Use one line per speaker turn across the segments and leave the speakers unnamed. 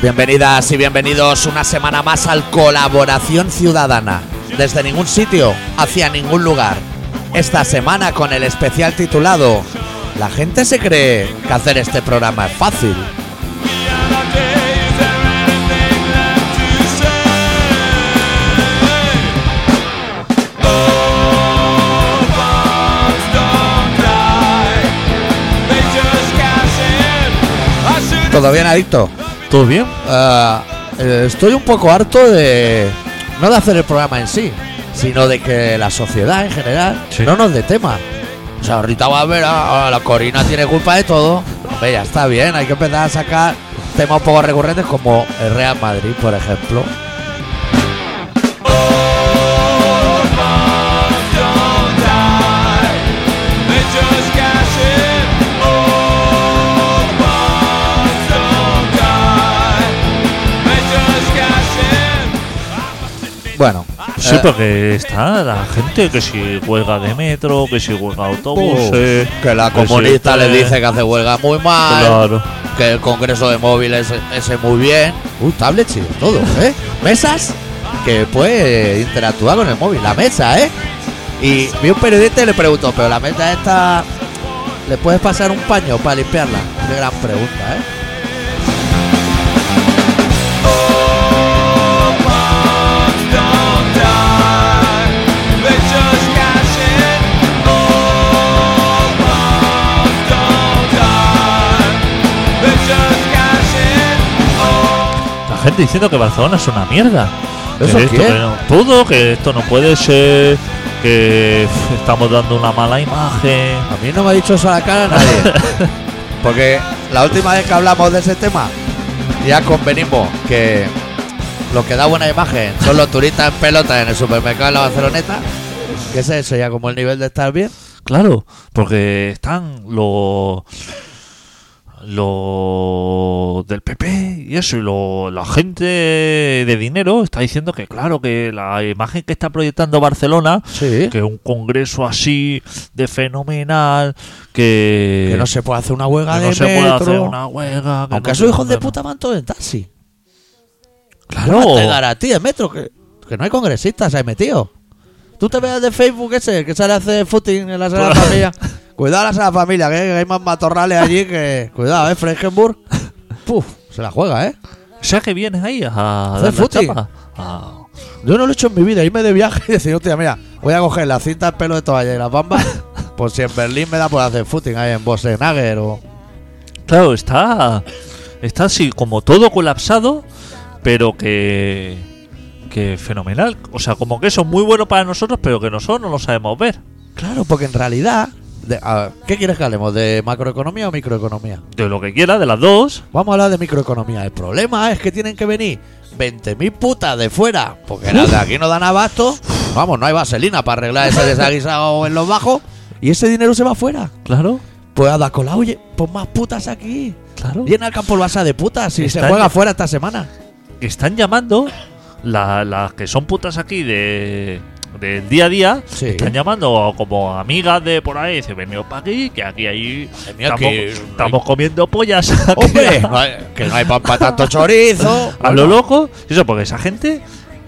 Bienvenidas y bienvenidos una semana más al Colaboración Ciudadana. Desde ningún sitio, hacia ningún lugar. Esta semana con el especial titulado La gente se cree que hacer este programa es fácil. ¿Todo bien, adicto?
¿Todo bien?
Ah, eh, estoy un poco harto de. No de hacer el programa en sí, sino de que la sociedad en general
Sí.
no nos dé tema. O sea, ahorita va a ver, ah, ah, la Corina tiene culpa de todo. Hombre, ya está bien, hay que empezar a sacar temas un poco recurrentes como el Real Madrid, por ejemplo. Bueno,
Sí,
eh,
porque está la gente que si huelga de metro, que si huelga autobuses.
que la
que si
comunista le
está-
dice que hace huelga muy mal.
Claro.
que el congreso de móviles ese muy bien. Uh, tablets y de todo, ¿eh? Mesas que puede interactuar con el móvil, la mesa, ¿eh? Y vi un periodista y le preguntó, pero la mesa esta, ¿le puedes pasar un paño para limpiarla? Qué gran pregunta, ¿eh?
La gente diciendo que Barcelona es una mierda.
¿Eso
que esto
quién?
que no pudo, que esto no puede ser, que pf, estamos dando una mala imagen.
A mí no me ha dicho eso a la cara nadie. Porque la última vez que hablamos de ese tema, ya convenimos que lo que da buena imagen son los turistas en pelota en el supermercado de la Barceloneta. Que ese es eso ya como el nivel de estar bien.
Claro, porque están los los del PP y eso y lo- la gente de dinero está diciendo que claro que la imagen que está proyectando Barcelona
Sí. Que,
que un congreso así de fenomenal que,
no se puede hacer una huelga
que
de
no se puede
metro.
hacer una huelga que
Aunque
no
esos
se
hijos de
puede-
puta van todos en taxi.
claro
Te garantía, metro, que, que no hay congresistas ahí metido. Tú te veas de Facebook ese, el que sale a hacer footing en la sala de la familia. Cuidado la sala de familia, que que hay más matorrales allí que. Cuidado, eh, Frankenburg. Puf, se la juega, eh.
o sea que vienes ahí a
Hacer
dar la
footing.
chapa. Ah,
Yo no lo he hecho en mi vida, irme de viaje y decir, hostia, mira, voy a coger la cinta del pelo de toalla y las bambas. Por si en Berlín me da por hacer footing ahí en Bosenager o.
claro está está así como todo colapsado pero que que fenomenal o sea como que eso es muy bueno para nosotros pero que nosotros no lo sabemos ver
Claro, porque en realidad. de- a ver, ¿Qué quieres que hablemos? ¿De macroeconomía o microeconomía?
de lo que quiera de las dos
Vamos a hablar de microeconomía. El problema es que tienen que venir 20.000 putas de fuera, porque las de aquí no dan abasto. Vamos, no hay vaselina para arreglar ese desaguisado en los bajos. Y ese dinero se va fuera.
claro
Pues a Dacola, oye, pon más putas aquí.
claro
Llena el campo el Barça de putas y se
Está
juega
ya-
fuera esta semana.
que están llamando, la- las que son putas aquí de del día a día,
Sí.
están llamando como amigas de por ahí, dicen, venido para aquí, que aquí hay...
mío,
Estamos,
que-
estamos comiendo pollas aquí
Hombre,
a,
no hay- que no hay pan para tanto chorizo.
a lo loco. Eso, porque esa gente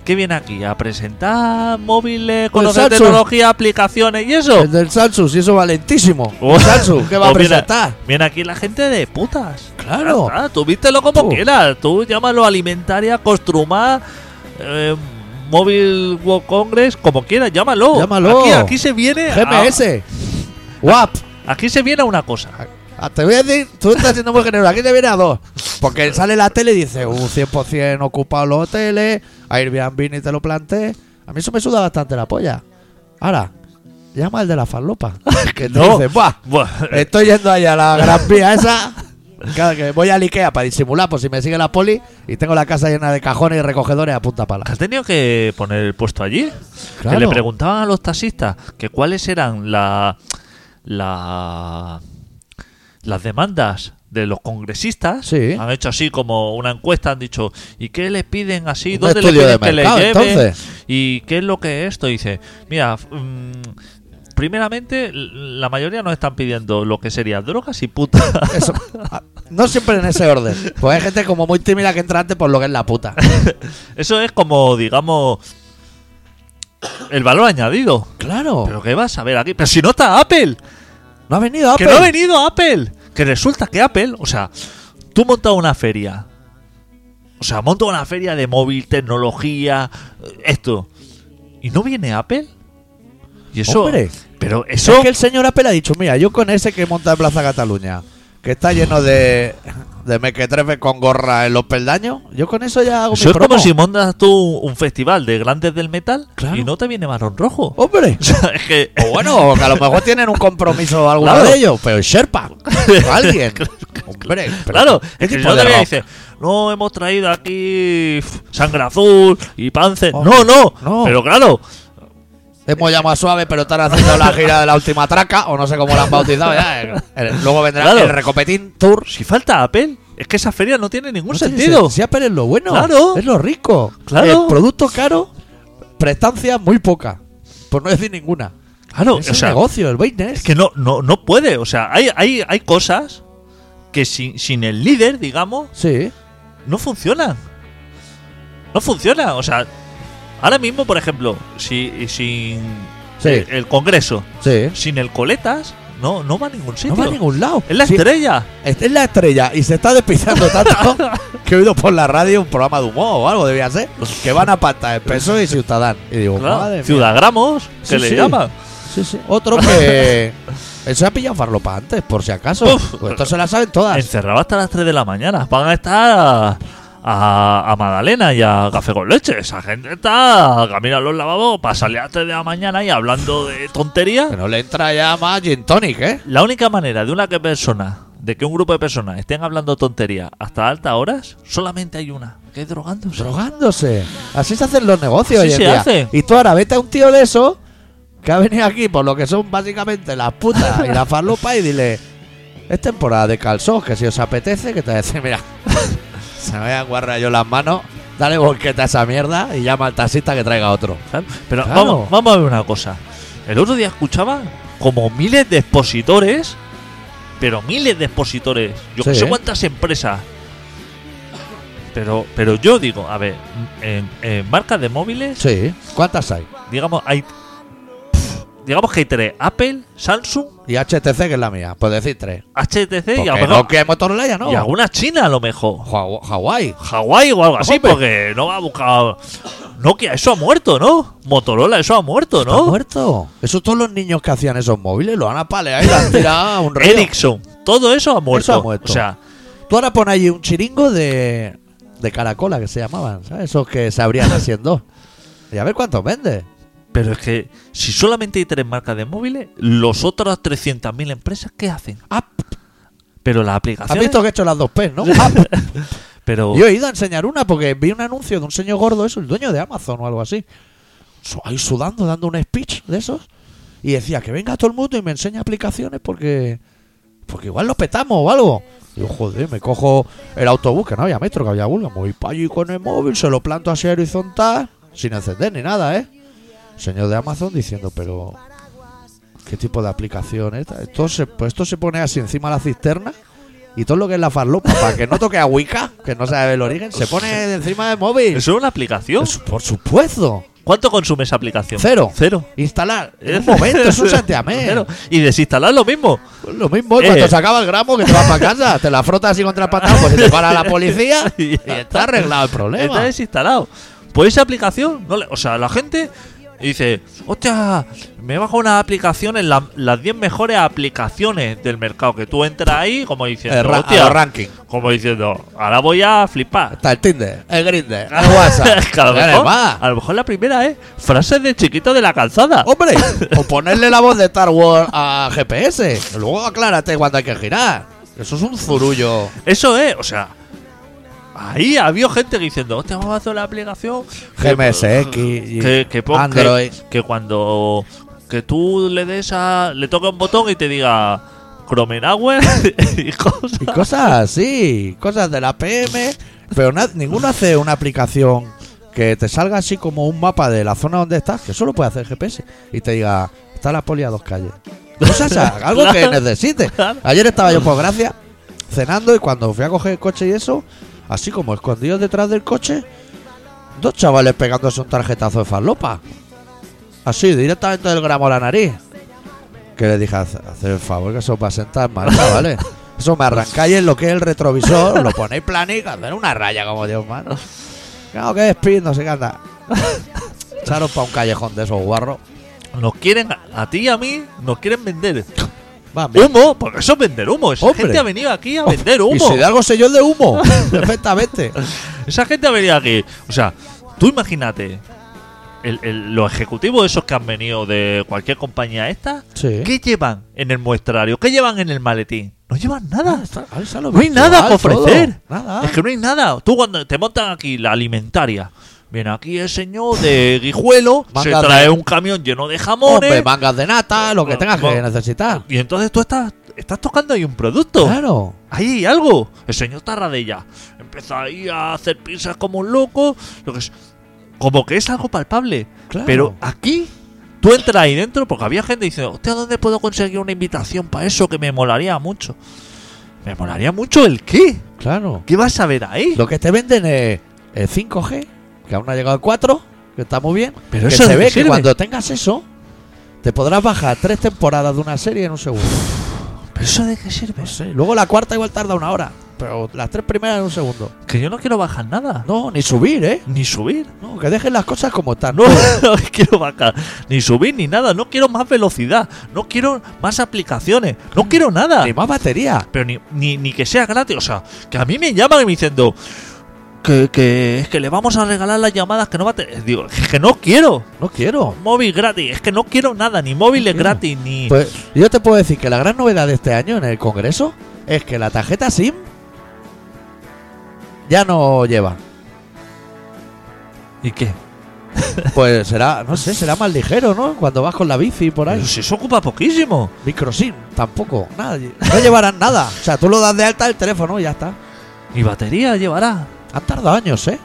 que viene aquí a presentar móviles,
Pues
conocer
Samsung.
tecnología, aplicaciones y eso.
El del Sansu, si eso va lentísimo.
O-
Sansu, ¿qué va a
o viene-
presentar?
Viene, aquí la gente de putas.
Claro.
Ah, tú vístelo como
Tú.
quieras. Tú llámalo alimentaria, costrumar, eh, móvil World Congress, como quieras, llámalo.
Llámalo.
Aquí, aquí se viene. a-
GMS. WAP.
aquí se viene a una cosa.
Ah, Te voy a decir, tú estás siendo muy generoso, aquí te viene a dos. Porque sale la tele y dice, uh, 100% ocupado los hoteles, Airbnb ni te lo planteé. A mí eso me suda bastante la polla. Ahora, llama al de la farlopa. Que te
No.
dice, "Buah,
Buah,
estoy yendo allá a la gran vía esa. Claro, que voy a Ikea para disimular por si me sigue la poli y tengo la casa llena de cajones y recogedores a punta pala.
¿Has tenido que poner el puesto allí?
Claro.
Que le preguntaban a los taxistas que cuáles eran la, la- las demandas de los congresistas.
Sí.
Han hecho así como una encuesta, han dicho, ¿y qué les piden así?
Un
¿Dónde les
estudio de
piden que les
mercado,
lleven?
entonces.
¿Y qué es lo que es esto? Dice, mira, f- mm, primeramente l- la mayoría nos están pidiendo lo que sería drogas y putas.
Eso, ah, No siempre en ese orden. Pues hay gente como muy tímida que entra antes por lo que es la puta.
Eso es como, digamos, el valor añadido.
Claro.
¿Pero qué vas a ver aquí? Pero si no está Apple.
no ha venido
Que
Apple.
no ha venido Apple. Que resulta que Apple, o sea, tú montas una feria. O sea, montas una feria de móvil, tecnología, eh, esto. ¿Y no viene Apple? Y eso.
Hombre.
Pero eso.
Es que el señor Apple ha dicho, mira, yo con ese que monta en Plaza Cataluña, que está lleno de, de mequetrefes con gorra en los peldaños, yo con eso ya hago mi
eso es como
promo.
si montas tú un festival de grandes del metal
Claro.
y no te viene marrón rojo.
Hombre.
O sea, es que.
O bueno, o que a lo mejor tienen un compromiso alguno
Claro.
de ellos, pero Sherpa, alguien. Hombre, pero
Claro,
¿qué
es que si
tipo
no
de
te viene y
rock?
dice, no hemos traído aquí pf, sangre azul y panzer.
Oh,
no, no,
no.
Pero claro,
Hemos llamado suave, pero están haciendo la gira de la última traca, o no sé cómo la han bautizado. ya, eh, eh, Luego vendrá
Claro.
el Recopetín Tour.
si falta Apple, es que esa feria no tiene ningún
No tiene
sentido.
sen- Si Apple es lo bueno,
Claro.
es lo rico.
Claro.
Eh, producto caro, prestancia muy poca. Por no decir ninguna.
Claro,
es
o
el
sea,
negocio, el business.
es que no, no, no puede. O sea, hay, hay, hay cosas que sin, sin el líder, digamos,
Sí.
no funcionan. No funciona. O sea, ahora mismo, por ejemplo, si sin
Sí.
el, el Congreso,
Sí.
sin el Coletas, no, no va a ningún sitio.
No va a ningún lado.
Es la
Sí,
estrella.
es- es la estrella y se está despistando tanto que he oído por la radio un programa de humor o algo, debía ser. Que van a pata el peso y Ciutadán. Y digo,
Claro,
madre mía.
Ciudadagramos, que
Sí,
le
sí.
llaman.
Sí, sí. Otro que. Se ha pillado farlopa antes, por si acaso.
Uf.
Pues esto se la saben todas.
Encerrado hasta las 3 de la mañana. Van a estar a, a- a Madalena y a Café con Leche. Esa gente está camino a los lavabos para salir a las 3 de la mañana y hablando de tonterías.
Que no le entra ya más Gin Tonic, ¿eh?
La única manera de una que persona, de que un grupo de personas estén hablando tonterías hasta altas horas, solamente hay una, que es drogándose.
Drogándose. Así se hacen los negocios
Así
hoy en
se
día.
hace.
Y tú ahora vete a un tío de eso que ha venido aquí por lo que son básicamente las putas y la farlopa y dile. Es temporada de calzón, que si os apetece, que te va a decir, mira, se me voy a guardar yo las manos, dale volqueta a esa mierda y llama al taxista que traiga otro.
Claro. Pero
Claro.
Vamos, vamos a ver una cosa. El otro día escuchaba como miles de expositores, pero miles de expositores. Yo
Sí,
no sé
¿eh?
cuántas empresas. Pero, pero yo digo, a ver, en, en marcas de móviles,
Sí. ¿Cuántas hay?
digamos, hay. pf, digamos que hay tres: Apple, Samsung,
Y HTC, que es la mía. Pues decir tres.
HTC y, a
Porque
lo mejor-
no que es Motorola ya no.
y alguna China a lo mejor.
Hawa- Hawái.
Hawái o algo así,
Hombre.
porque no va a buscar. Nokia, eso ha muerto, ¿no? Motorola, eso ha muerto,
Está
¿no?
muerto. Eso todos los niños que hacían esos móviles lo han apaleado y lo han tirado a un río.
Ericsson, todo eso ha muerto.
Eso ha muerto.
O sea,
Tú ahora pon allí un chiringo de, de caracola que se llamaban, ¿sabes? Esos que se abrían haciendo. Y a ver cuántos vende.
pero es que si solamente hay tres marcas de móviles, los otras 300.000 empresas, ¿qué hacen?
Ah,
Pero las
Has
aplicaciones.
visto que he hecho las dos P, ¿no? Ah,
Pero
yo he ido a enseñar una porque vi un anuncio de un señor gordo, eso, el dueño de Amazon o algo así. Su- Ahí sudando, dando un speech de esos. Y decía que venga todo el mundo y me enseña aplicaciones porque. Porque igual lo petamos o algo. Digo, joder, me cojo el autobús, que no había metro, que había huelga. Me voy para allí con el móvil, se lo planto así horizontal, sin encender ni nada, ¿eh? Señor de Amazon diciendo, pero. ¿Qué tipo de aplicación es? esta? Esto se, pues esto se pone así encima de la cisterna y todo lo que es la farlopa, para que no toque a Wicca, que no sabe el origen, se pone encima del móvil.
eso es una aplicación.
Pues, por supuesto.
¿Cuánto consume esa aplicación?
Cero. Eh.
Cero.
Instalar. En un momento, es un santiamén.
Cero. Y desinstalar lo mismo.
Pues Lo mismo, es cuando
Eh.
se acaba el gramo que te vas para casa, te la frotas así contra el pantalón, pues se te para la policía y
Y ya
está
está.
arreglado el
Está
problema.
desinstalado. Pues esa aplicación, no le- o sea, la gente dice, hostia, me he bajado una aplicación en la- las 10 mejores aplicaciones del mercado. Que tú entras ahí como diciendo,
El ra-
hostia,
a los ranking.
como diciendo, ahora voy a flipar.
Está el Tinder, el Grindr, el WhatsApp.
Que a, lo
Ya le
mejor,
va.
a lo mejor la primera es frases de chiquito de la calzada.
¡Hombre! O ponerle la voz de Star Wars a GPS. Luego aclárate cuando hay que girar. Eso es un zurullo.
Eso es, o sea, ahí había gente diciendo, hostia, vamos a hacer la aplicación que-
GMSX eh, y
que, que pon- que-
Android.
que cuando que tú le des a le toca un botón y te diga Cromenauer y cosas.
Y cosas así, cosas de la PM. Pero na- ninguno hace una aplicación que te salga así como un mapa de la zona donde estás, que solo puede hacer GPS, y te diga, está la poli a dos calles. Cosas, a- algo que necesites. Ayer estaba yo por gracia cenando y cuando fui a coger el coche y eso, así como escondidos detrás del coche, dos chavales pegándose un tarjetazo de farlopa. Así, directamente del gramo a la nariz. Que le dije, "Hace- hacer el favor que eso va a sentar mal, ¿vale? Eso me arrancáis en lo que es el retrovisor, lo ponéis planica, hacer una raya como Dios mano. Claro que es pin, no sé qué anda. Echaron para un callejón de esos guarros.
Nos quieren, a ti y a mí, nos quieren vender
Van bien.
humo, porque eso es vender humo. Esa
Hombre.
gente ha venido aquí a vender humo.
Y si de algo sé yo el de humo. Perfectamente.
Esa gente ha venido aquí. O sea, tú imagínate, el- el- los ejecutivos esos que han venido de cualquier compañía esta,
Sí.
¿qué llevan en el muestrario? ¿Qué llevan en el maletín? No llevan
Ah,
nada.
No
No hay nada que ofrecer.
Nada.
Es que no hay nada. Tú cuando te montan aquí la alimentaria. Viene aquí el señor de Guijuelo, se
Manga de-
trae un camión lleno de jamones.
Hombre, mangas de nata, lo que
No,
tengas que
no.
necesitar.
y entonces tú estás, estás tocando ahí un producto.
Claro.
Ahí hay algo. El señor Tarradella empezó ahí a hacer pizzas como un loco. Lo que es- como que es algo palpable.
Claro.
Pero aquí, tú entras ahí dentro porque había gente diciendo, hostia, ¿dónde puedo conseguir una invitación para eso? Que me molaría mucho. ¿Me molaría mucho el qué?
Claro.
¿Qué vas a ver ahí?
Lo que te venden es el 5G, que aún no ha llegado al 4, que está muy bien.
Pero
que
eso
se
no
ve que
sirve.
cuando tengas eso, te podrás bajar tres temporadas de una serie en un segundo.
¿Pero eso de qué sirve?
No sé. Luego la cuarta igual tarda una hora. Pero las tres primeras en un segundo.
Que yo no quiero bajar nada.
No, ni subir, ¿eh?
Ni subir.
No, que dejen las cosas como están.
No, no quiero bajar. Ni subir ni nada. No quiero más velocidad. No quiero más aplicaciones. No quiero nada.
Ni más batería.
pero ni, ni, ni que sea gratis. O sea, que a mí me llaman y me diciendo que, que es que le vamos a regalar las llamadas que no va a tener. Digo, es que no quiero
No quiero.
móvil gratis, es que no quiero nada, ni móviles
No quiero.
gratis, ni.
Pues yo te puedo decir que la gran novedad de este año en el Congreso es que la tarjeta SIM ya no lleva.
¿Y qué?
Pues será, no sé, será más ligero, ¿no? Cuando vas con la bici por
Pero
ahí.
si eso ocupa poquísimo.
Micro SIM, tampoco. Nada, no llevarán nada. O sea, tú lo das de alta el teléfono y ya está.
Y batería llevará.
Han tardado años, ¿eh?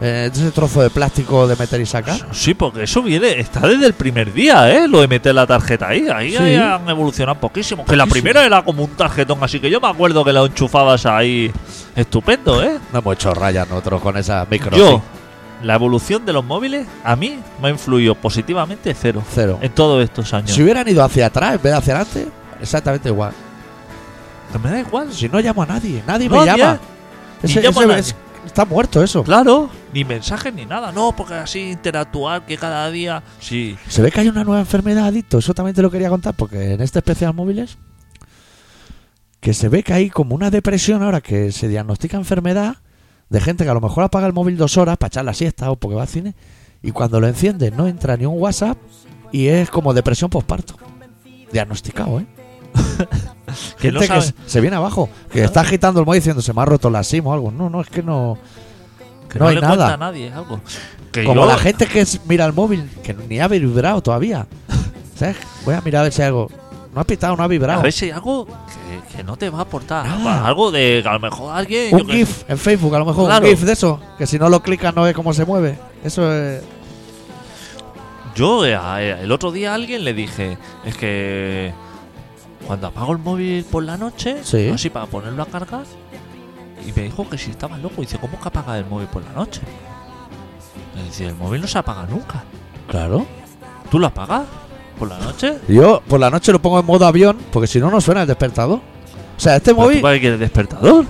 Eh, ese trozo de plástico de meter y sacar.
Sí, porque eso viene, está desde el primer día, ¿eh? Lo de meter la tarjeta ahí. Ahí
Sí.
ahí han evolucionado poquísimo. Que la
Poquísimo.
primera era como un tarjetón, así que yo me acuerdo que la enchufabas ahí. Estupendo, ¿eh?
No hemos hecho rayas nosotros con esa micro
Yo,
SIM.
la evolución de los móviles, a mí me ha influido positivamente cero
Cero.
en todos estos años.
Si hubieran ido hacia atrás en vez de hacia adelante, exactamente igual.
Que Me da igual.
Si no llamo a nadie, nadie
No,
me llama.
ni llamo a nadie.
está muerto eso.
Claro, ni mensajes ni nada. No, porque así interactuar, que cada día. Sí,
Se ve que hay una nueva enfermedad, adicto. Eso también te lo quería contar, porque en este especial móviles, que se ve que hay como una depresión ahora que se diagnostica enfermedad de gente que a lo mejor apaga el móvil dos horas para echar la siesta o porque va al cine, y cuando lo enciende no entra ni un WhatsApp y es como depresión postparto. Diagnosticado, ¿eh?
que no
Gente que
sabe-
se- se viene abajo, que está agitando el móvil diciendo se me ha roto la SIM o algo. No, no, es que no.
que
no
no,
hay
le
nada.
cuenta a nadie algo. Que
Como
yo-
la gente que es- mira el móvil, que ni ha vibrado todavía. ¿Sabes? Voy a mirar a ver si hay algo. No ha pitado, no ha
A
vibrado.
ver si hay algo que, que no te va a aportar.
Nada.
Algo de que a lo mejor alguien. yo
Un
que-
GIF en Facebook, a lo mejor
Claro.
un GIF de eso. Que si no lo clicas no ves cómo se mueve. Eso es.
Yo eh, a- eh, el otro día a alguien le dije, es que cuando apago el móvil por la noche,
Sí.
así para ponerlo a cargar, y me dijo que si estaba loco, dice, ¿cómo que apaga el móvil por la noche? Es decir, el móvil no se apaga nunca.
Claro.
¿Tú lo apagas por la noche?
Yo por la noche lo pongo en modo avión, porque si no, no suena el despertador. O sea, este
¿Pero Pues ¿Tú
móvil.
para qué quieres despertador?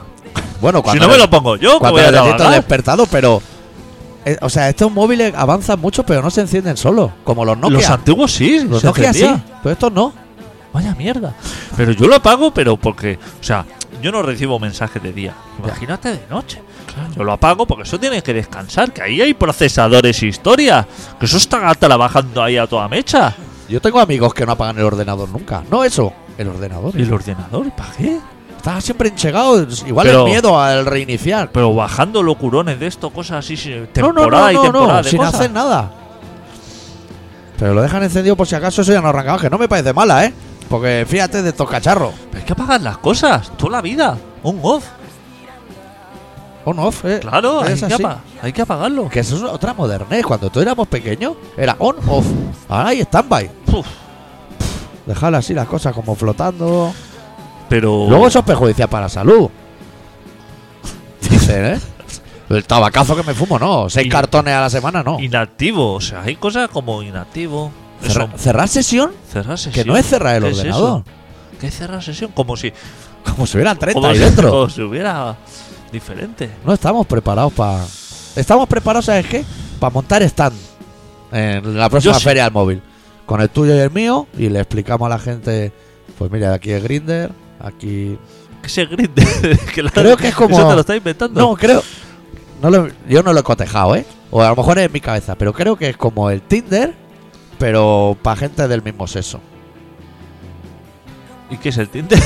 Bueno,
pues, Si
cuando.
no me lo pongo yo, ¿cómo
cuando
voy a
le necesito
trabajar?
despertador, pero. eh, o sea, estos móviles avanzan mucho, pero no se encienden solos. Como los Nokia.
Los antiguos sí, los
Los Nokia sí.
encendía.
Pero estos no.
Vaya mierda. Pero yo lo apago, pero porque, o sea, yo no recibo mensajes de día. Imagínate de noche. Yo lo apago porque eso tiene que descansar, que ahí hay procesadores e historia. Que eso está trabajando ahí a toda mecha.
Yo tengo amigos que no apagan el ordenador nunca. No eso, el ordenador.
¿Y el ordenador? ¿Para qué?
Está siempre enchegado. Igual
Pero-
el miedo al reiniciar.
Pero bajando locurones de esto, cosas así, si-
No, no,
temporada
no,
y
no, no,
temporada de
sin
cosas.
hacer nada. Pero lo dejan encendido por si acaso eso ya no arrancaba, que no me parece mala, ¿eh? Porque fíjate de estos cacharros.
Pero hay que apagar las cosas, toda la vida. Un off,
On off, ¿eh?
claro, hay
Es
que,
así.
apa- hay que apagarlo.
Que eso es otra modernez. Cuando tú éramos pequeños, era on off. Ahora hay standby.
Uf,
Dejar así las cosas como flotando.
Pero.
Luego eso es perjudicial para la salud. Dicen, ¿eh? El tabacazo que me fumo, no. Seis
Y-
cartones a la semana, no.
Inactivo. O sea, hay cosas como inactivo.
Cerra-
Eso,
cerrar sesión,
cerrar
que
sesión.
no es cerrar el
¿Qué es
ordenador.
eso? ¿Qué es cerrar sesión? Como si.
Como si hubieran 30
Como
ahí
si,
dentro.
como si hubiera. Diferente.
No estamos preparados para. Estamos preparados, ¿sabes qué? Para montar stand en la próxima
Yo sí.
feria del móvil. Con el tuyo y el mío, y le explicamos a la gente: Pues mira, aquí es Grinder, aquí.
Que se grinde. que la-
Creo que es como-
Eso te lo está inventando.
No, creo. No lo- yo no lo he cotejado, ¿eh? O a lo mejor es en mi cabeza, pero creo que es como el Tinder, pero para gente del mismo sexo.
¿Y qué es el Tinder?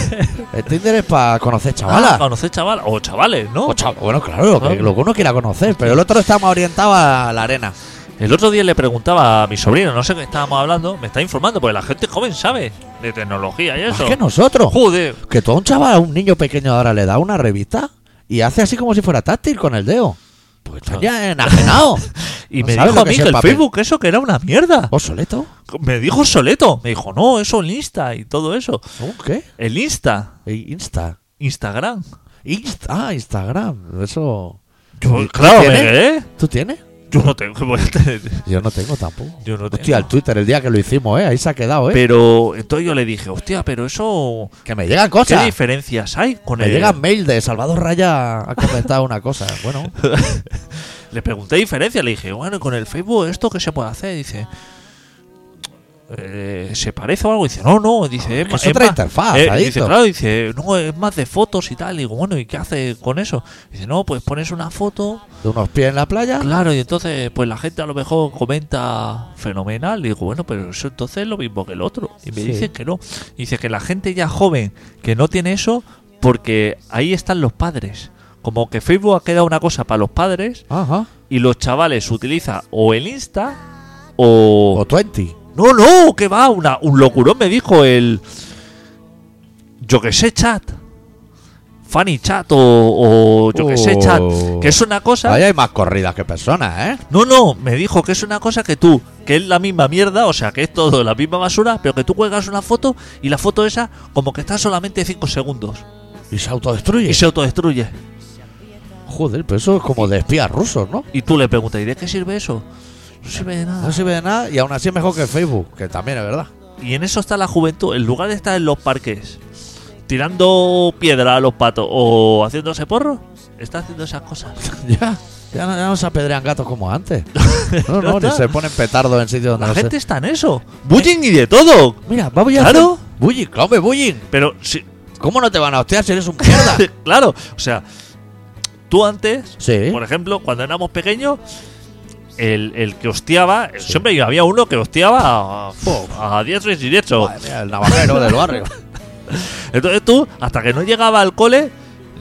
El Tinder es para conocer chavalas.
Ah, conocer chaval. O chavales, ¿no?
O chav- bueno, claro, que
Claro.
lo que uno quiera conocer, pero el otro está más orientado a la arena.
El otro día le preguntaba a mi sobrino, no sé qué estábamos hablando, me está informando, porque la gente joven sabe de tecnología y
Más
eso.
que nosotros.
Joder.
Que todo un chaval, a un niño pequeño ahora le da una revista y hace así como si fuera táctil con el dedo. Porque
Ah.
está ya enajenado.
Y
Pues, No sabe
me dijo
lo
a
que
mí
es
que
el
el
papel. Oh.
Facebook, eso que era una mierda.
Obsoleto.
Me dijo Soleto, me dijo, no, eso el Insta y todo eso.
¿Un ¿Qué? E
El Insta,
Insta.
Instagram.
Insta. Ah, Instagram. Eso.
Yo,
¿Tú
claro, me
tienes?
quedé.
¿Tú tienes?
Yo no tengo.
Yo no tengo tampoco.
Yo no tengo.
Hostia, el Twitter, el día que lo hicimos, ¿eh? Ahí se ha quedado, ¿eh?
Pero entonces yo le dije, hostia, pero eso.
que me llegan
¿Qué
cosas.
diferencias hay con
Me
el.?
llegan mail de Salvador Raya ha comentado una cosa. Bueno,
Le pregunté diferencias, le dije, bueno, ¿y con el Facebook esto qué se puede hacer? Dice, eh, ¿se parece o algo? Dice, no, no, dice,
que
ma-
Ah, es otra
más-
interfaz,
eh,
Adicto.
dice, claro, dice, no, es más de fotos y tal. Y digo, bueno, ¿y qué hace con eso? Dice, no, pues pones una foto,
de unos pies en la playa.
claro, y entonces, pues la gente a lo mejor comenta fenomenal. Y digo, bueno, pero eso entonces es lo mismo que el otro. Y me
Sí.
dicen que no. Dice que la gente ya joven que no tiene eso, porque ahí están los padres. Como que Facebook ha quedado una cosa para los padres
Ajá.
y los chavales utilizan o el Insta o...
O 20.
No, no, que va, una, un locurón me dijo el... Yo que sé, chat. Funny chat o, o Pues yo que sé, chat.
Oh.
Que es una cosa...
Ahí hay más corridas que personas, ¿eh?
No, no, me dijo que es una cosa que tú, que es la misma mierda, o sea, que es todo la misma basura, pero que tú cuelgas una foto y la foto esa como que está solamente 5 segundos
Y se autodestruye.
y se autodestruye.
Joder, pero eso es como de espías rusos, ¿no?
Y tú le preguntas, ¿y de qué sirve eso? No sirve de nada.
No sirve de nada y aún así es mejor que el Facebook, que también es verdad.
Y en eso está la juventud. En lugar de estar en los parques tirando piedra a los patos o haciéndose porro, está haciendo esas cosas.
ya. Ya no, ya no se apedrean gatos como antes. No,
Ya
no, ni
está.
se ponen petardos en sitios donde
La
no se-
gente está en eso. Bullying y de todo.
Mira, vamos ya.
Claro.
Bullying, hombre, bullying.
Pero sí,
¿Cómo no te van a hostiar si eres un mierda?
claro. O sea, tú antes,
sí.
por ejemplo, cuando éramos pequeños, el, el que hostiaba, siempre había uno que hostiaba a, a diestro y siniestro.
Madre mía, el navajero del barrio.
Entonces tú, hasta que no llegaba al cole,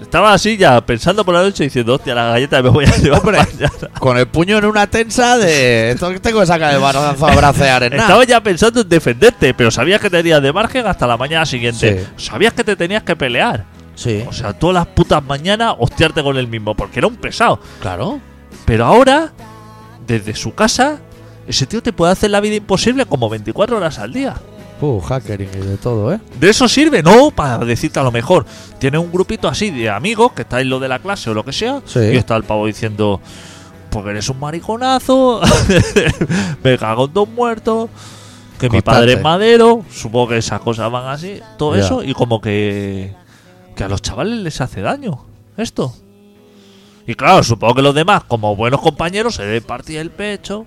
estaba así ya pensando por la noche diciendo, hostia, la galleta me voy a llevar
Hombre, pues
mañana".
Con el puño en una tensa de. Esto que tengo que sacar el barazo a bracear en nada.
Estaba ya pensando en defenderte, pero sabías que tenías de margen hasta la mañana siguiente. Sabías que te tenías que pelear.
Sí,
O sea, todas las putas mañanas hostiarte con el mismo, porque era un pesado.
claro.
Pero ahora, desde su casa, ese tío te puede hacer la vida imposible como 24 horas al día.
Uh, hackering y de todo, ¿eh?
¿De eso sirve? No, para decirte a lo mejor. Tiene un grupito así de amigos que estáis lo de la clase o lo que sea.
Sí.
Y está el pavo diciendo: Porque eres un mariconazo. me cago en dos muertos. Que mi
Constante.
padre es madero. Supongo que esas cosas van así. Todo
Ya.
eso. Y como que. Que a los chavales les hace daño. Esto. Y claro, supongo que los demás, como buenos compañeros, se deben partir el pecho.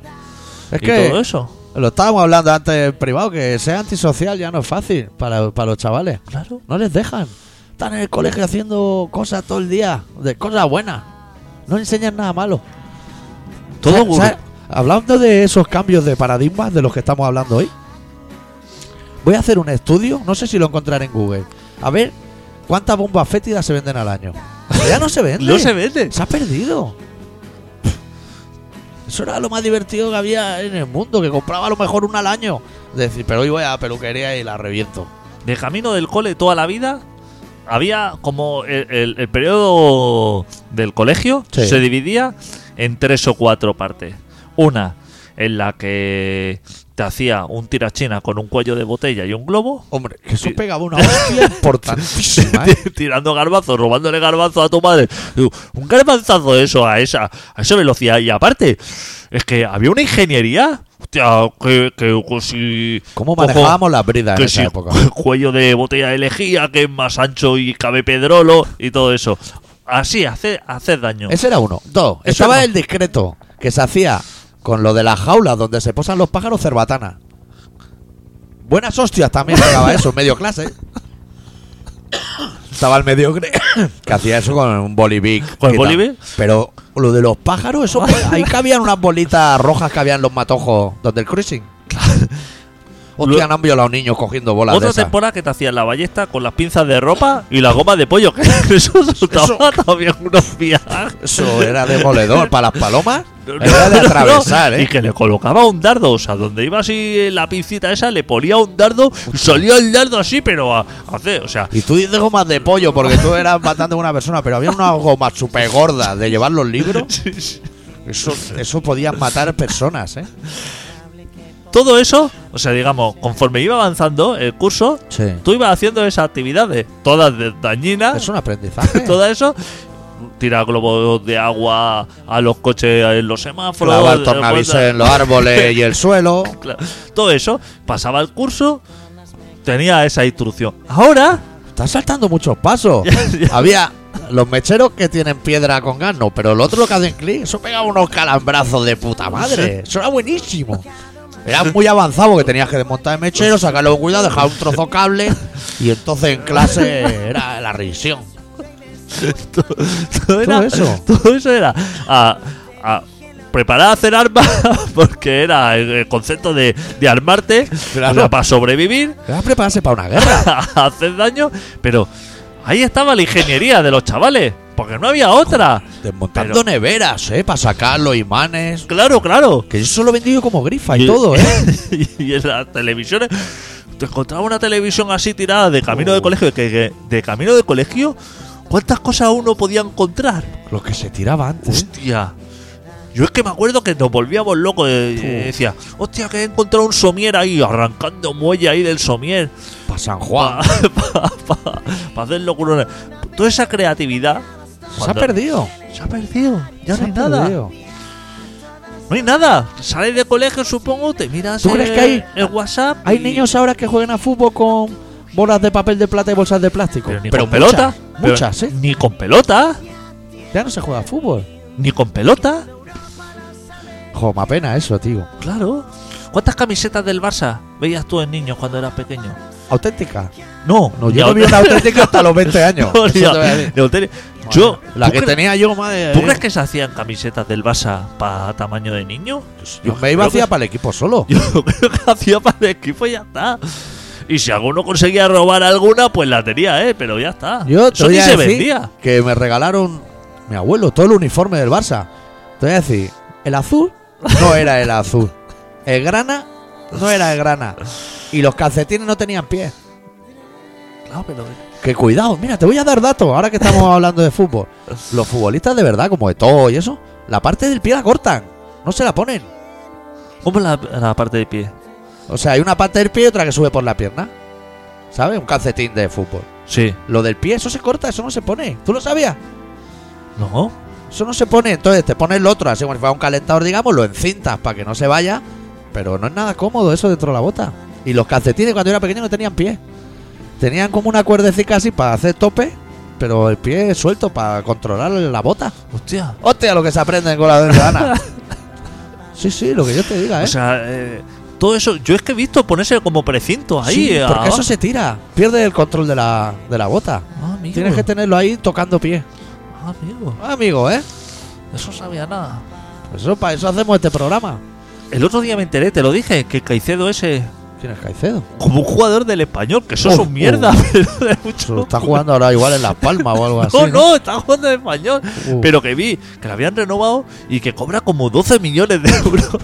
Es
y
que.
todo eso.
Lo estábamos hablando antes en privado, que ser antisocial ya no es fácil para, para los chavales.
Claro.
No les dejan. Están en el colegio haciendo cosas todo el día, de cosas buenas. No enseñan nada malo.
Todo
Sa-
gru-
sa- Hablando de esos cambios de paradigmas de los que estamos hablando hoy, voy a hacer un estudio, no sé si lo encontraré en Google, a ver cuántas bombas fétidas se venden al año. Ya no se venden.
No se vende.
Se ha perdido. Eso era lo más divertido que había en el mundo, que compraba a lo mejor una al año. Decir, pero hoy voy a la peluquería y la reviento.
de camino del cole toda la vida había como el, el- el periodo del colegio
Sí.
se dividía en tres o cuatro partes. Una en la que te hacía un tirachina con un cuello de botella y un globo.
Hombre, que eso
Sí.
pegaba una hostia importantísima, ¿eh?
Tirando garbanzos, robándole garbanzos a tu madre. Digo, Un garbanzazo eso a esa, a esa velocidad. Y aparte, es que había una ingeniería. Hostia, que, que, que si.
¿Cómo
cojo-
manejábamos las bridas en
que
esa
si
época?
cu- cuello de botella de lejía, que es más ancho y cabe pedrolo y todo eso. Así, hacer hacer daño.
Ese era uno. Dos.
Eso
Estaba
no.
el discreto que se hacía con lo de las jaulas donde se posan los pájaros cerbatana. Buenas hostias también pegaba eso, en medio clase. Estaba el mediocre que hacía eso con un bolivic.
¿Con el
quita.
bolivic?
Pero lo de los pájaros, eso ahí cabían unas bolitas rojas que habían en los matojos donde el cruising. Hostia,
Luego-
no han violado niños cogiendo bolas de
Otra
esas.
temporada que te hacían la ballesta con las pinzas de ropa y la goma de pollo, que eso soltaba también unos viajes.
Eso era demoledor. Para las palomas,
No, no,
era de
no, no.
atravesar, ¿eh?
Y que le colocaba un dardo, o sea, donde iba así eh, la pincita esa, le ponía un dardo y salía el dardo así, pero a, hace, o sea,
Y tú dices gomas de pollo porque tú eras matando a una persona, pero había unas gomas súper gordas de llevar los libros. Eso, eso podías matar personas, ¿eh?
todo eso, o sea, digamos, conforme iba avanzando el curso,
Sí.
tú ibas haciendo esas actividades, todas de- dañinas,
Es un aprendizaje.
todo eso. Tirar globos de agua a los coches en los semáforos.
Clavar
de-
tornavises en los árboles y el suelo.
Claro, todo eso pasaba el curso, tenía esa instrucción. Ahora,
Estás saltando muchos pasos.
Ya, ya.
Había los mecheros que tienen piedra con gas, no, pero el otro lo que hacen clic, eso pegaba unos calambrazos de puta madre. Eso era buenísimo. Era muy avanzado porque tenías que desmontar el mechero, sacarlo con cuidado, dejar un trozo cable y entonces en clase era la revisión.
todo, todo era-
eso.
todo eso era a, a preparar a hacer armas, porque era el el concepto de, de armarte
Claro.
para sobrevivir,
Era prepararse para una guerra.
a hacer daño, pero ahí estaba la ingeniería de los chavales, porque no había otra.
Desmontando neveras, ¿eh? Para sacar los imanes.
Claro, claro.
Que yo solo he vendido como grifa y todo, ¿eh?
y en las televisiones. Te encontraba una televisión así tirada de camino de
Oh.
colegio. Que, que de camino de colegio, ¿cuántas cosas uno podía encontrar?
Lo que se tiraba antes.
Hostia. Yo es que me acuerdo que nos volvíamos locos. eh, eh, decía, hostia, que he encontrado un somier ahí, arrancando muelle ahí del somier.
Para San Juan.
Para hacer locurones. Toda esa creatividad.
Se ha
cuando-
perdido.
Se ha perdido. Ya
Se ha
no hay nada.
perdido.
No hay nada. Sales de colegio, supongo, te miras
¿Tú crees
eh,
que hay-
el WhatsApp.
Hay
y-
niños ahora que juegan a fútbol con bolas de papel de plata y bolsas de plástico.
Pero ni con
muchas,
pelota. Pero
Muchas, ¿eh?
Ni con pelota.
Ya no se juega a fútbol.
Ni con pelota.
Jo, me apena eso, tío.
Claro. ¿Cuántas camisetas del Barça veías tú en niños cuando eras pequeño?
Auténtica.
No,
No,
ni
yo no vi una
auténtica-
auténtica hasta los 20 años.
No,
Eso
ni
te voy a decir.
ni auténtica. Yo,
la
¿tú
que
cre-
tenía yo, madre.
¿Tú
eh,
crees que se hacían camisetas del Barça para tamaño de niño?
yo me iba
creo
hacia
que-
para el equipo solo.
Yo creo que hacía para el equipo y ya está. Y si alguno conseguía robar alguna, pues la tenía, ¿eh? Pero ya está.
Yo te
Eso
voy
ni
a
se
decir
vendía.
que me regalaron mi abuelo todo el uniforme del Barça. Te voy a decir, el azul no era el azul. El grana no era el grana. Y los calcetines no tenían pies.
Claro, pero...
Que cuidado, mira, te voy a dar datos ahora que estamos hablando de fútbol. Los futbolistas de verdad, como de todo y eso, la parte del pie la cortan, no se la ponen.
¿Cómo es la, la parte de pie?
O sea, hay una parte del pie y otra que sube por la pierna. ¿Sabes? Un calcetín de fútbol.
Sí.
Lo del pie, eso se corta, eso no se pone. ¿Tú lo sabías?
¿No?
Eso no se pone, entonces te pones el otro, así como si fuera un calentador, digamos, lo encintas para que no se vaya, pero no es nada cómodo eso dentro de la bota. Y los calcetines cuando yo era pequeño no tenían pie. Tenían como una cuerdecita así para hacer tope, pero el pie suelto para controlar la bota.
Hostia.
Hostia, lo que se aprende con la venezolana. sí, sí, lo que yo te diga, ¿eh?
O sea, eh, todo eso. Yo es que he visto ponerse como precinto ahí.
Sí,
eh,
porque
abajo.
eso se tira, pierde el control de la, de la bota.
Ah, amigo.
Tienes que tenerlo ahí tocando pie.
Ah, amigo.
Amigo, ¿eh?
Eso sabía nada.
Pues eso, para eso hacemos este programa.
El otro día me enteré, te lo dije, que Caicedo ese.
¿Quién es Caicedo?
Como un jugador del español, que eso es
Oh,
un mierda, pero de mucho.
Eso está jugando ahora igual en Las Palmas o algo así.
No, no, está jugando en español.
Uh.
Pero que vi que la habían renovado y que cobra como 12 millones de euros.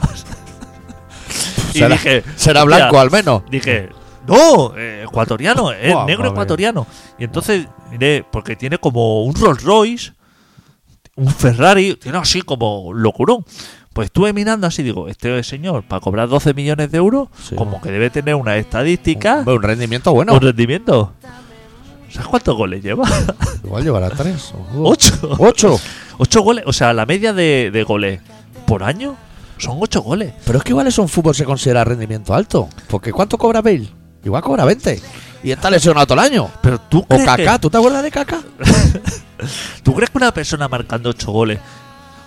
y
Será-
dije.
Será
hostia,
blanco al menos.
Dije, no, eh, ecuatoriano, es
Guau,
negro
madre.
ecuatoriano. Y entonces miré, porque tiene como un Rolls Royce, un Ferrari, tiene así como locurón. Pues estuve mirando así, digo, este señor, para cobrar 12 millones de euros,
Sí.
como que debe tener una estadística,
Hombre, un rendimiento
un,
bueno.
rendimiento. ¿Sabes cuántos goles lleva?
Igual llevará tres. o
Ocho.
Ocho.
Ocho goles, o sea, la media de, de goles por año son ocho goles.
Pero es que igual eso en fútbol se considera rendimiento alto. Porque ¿cuánto cobra Bale? Igual cobra 20. Y está lesionado todo el año.
Pero tú
O
crees,
Kaká, ¿tú te acuerdas de Kaká?
Que, tú crees que una persona marcando ocho goles,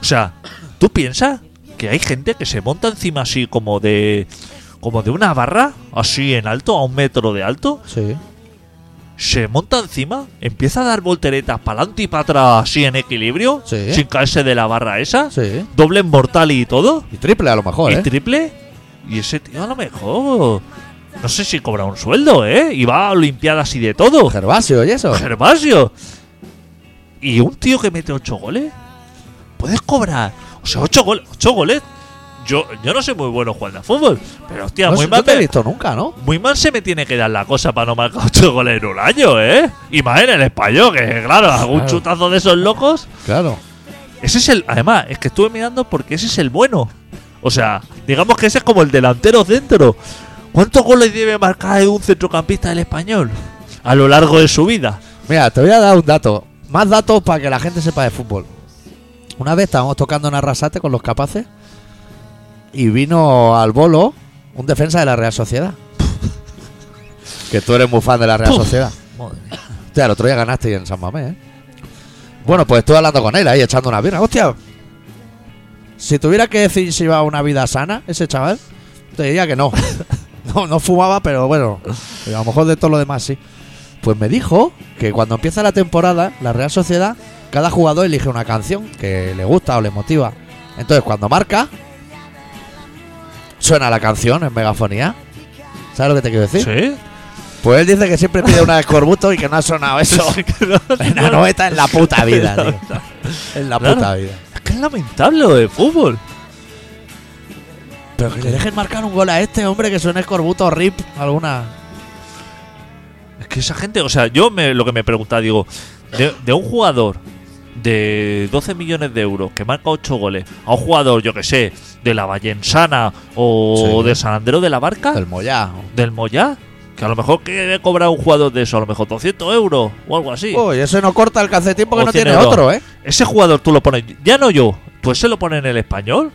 o sea, tú piensas que hay gente que se monta encima así como de como de una barra, así en alto, a un metro de alto,
Sí.
se monta encima, empieza a dar volteretas para adelante y para atrás, así en equilibrio,
Sí.
sin caerse de la barra esa,
Sí.
doble en mortal y todo,
Y triple a lo mejor,
y
¿eh?
triple, y ese tío a lo mejor, no sé si cobra un sueldo, ¿eh? Y va a Olimpiadas y de todo.
Gervasio y eso.
Gervasio. Y un tío que mete 8 goles. Puedes cobrar. O sea, 8 goles. 8 goles. Yo, yo no soy muy bueno jugando a fútbol. Pero hostia,
No,
muy
sé,
mal.
no te he
me-
visto nunca, ¿no?
muy mal se me tiene que dar la cosa para no marcar 8 goles en un año, ¿eh? Y más en el español, que claro, algún
Claro.
chutazo de esos locos.
Claro.
Ese es el. Además, es que estuve mirando porque ese es el bueno. O sea, digamos que ese es como el delantero centro. ¿Cuántos goles debe marcar un centrocampista del español a lo largo de su vida?
Mira, te voy a dar un dato. Más datos para que la gente sepa de fútbol. Una vez estábamos tocando en Arrasate con los capaces y vino al bolo un defensa de la Real Sociedad. que tú eres muy fan de la Real
Puf.
Sociedad. Hostia, el otro día ganaste en San Mamés, ¿eh? Bueno, pues estuve hablando con él ahí, echando una birra. Hostia, si tuviera que decir si iba una vida sana, ese chaval, te diría que no. No, no fumaba, pero bueno, a lo mejor de todo lo demás sí. Pues me dijo que cuando empieza la temporada, la Real Sociedad, cada jugador elige una canción que le gusta o le motiva. Entonces, cuando marca, suena la canción en megafonía. ¿Sabes lo que te quiero decir?
¿Sí?
Pues él dice que siempre pide una de escorbuto y que no ha sonado eso.
que no-
En la noveta en la puta vida, tío. En la
Claro.
puta vida.
Es que es lamentable lo de fútbol.
Pero que le dejen marcar un gol a este hombre que suena escorbuto rip alguna.
Es que esa gente, o sea, yo me, lo que me preguntaba, digo, de, de un jugador de 12 millones de euros que marca 8 goles a un jugador, yo que sé, de la Vallensana o
Sí.
de San Andrés de la Barca,
Ah. Del Moyá.
del Moyá, que a lo mejor que debe cobrar un jugador de eso, a lo mejor 200 euros o algo así.
Uy, ese no corta el calcetín porque
O
no
cien
tiene
euros.
otro, ¿eh?
Ese jugador tú lo pones, ya no yo, pues se lo pone en el español.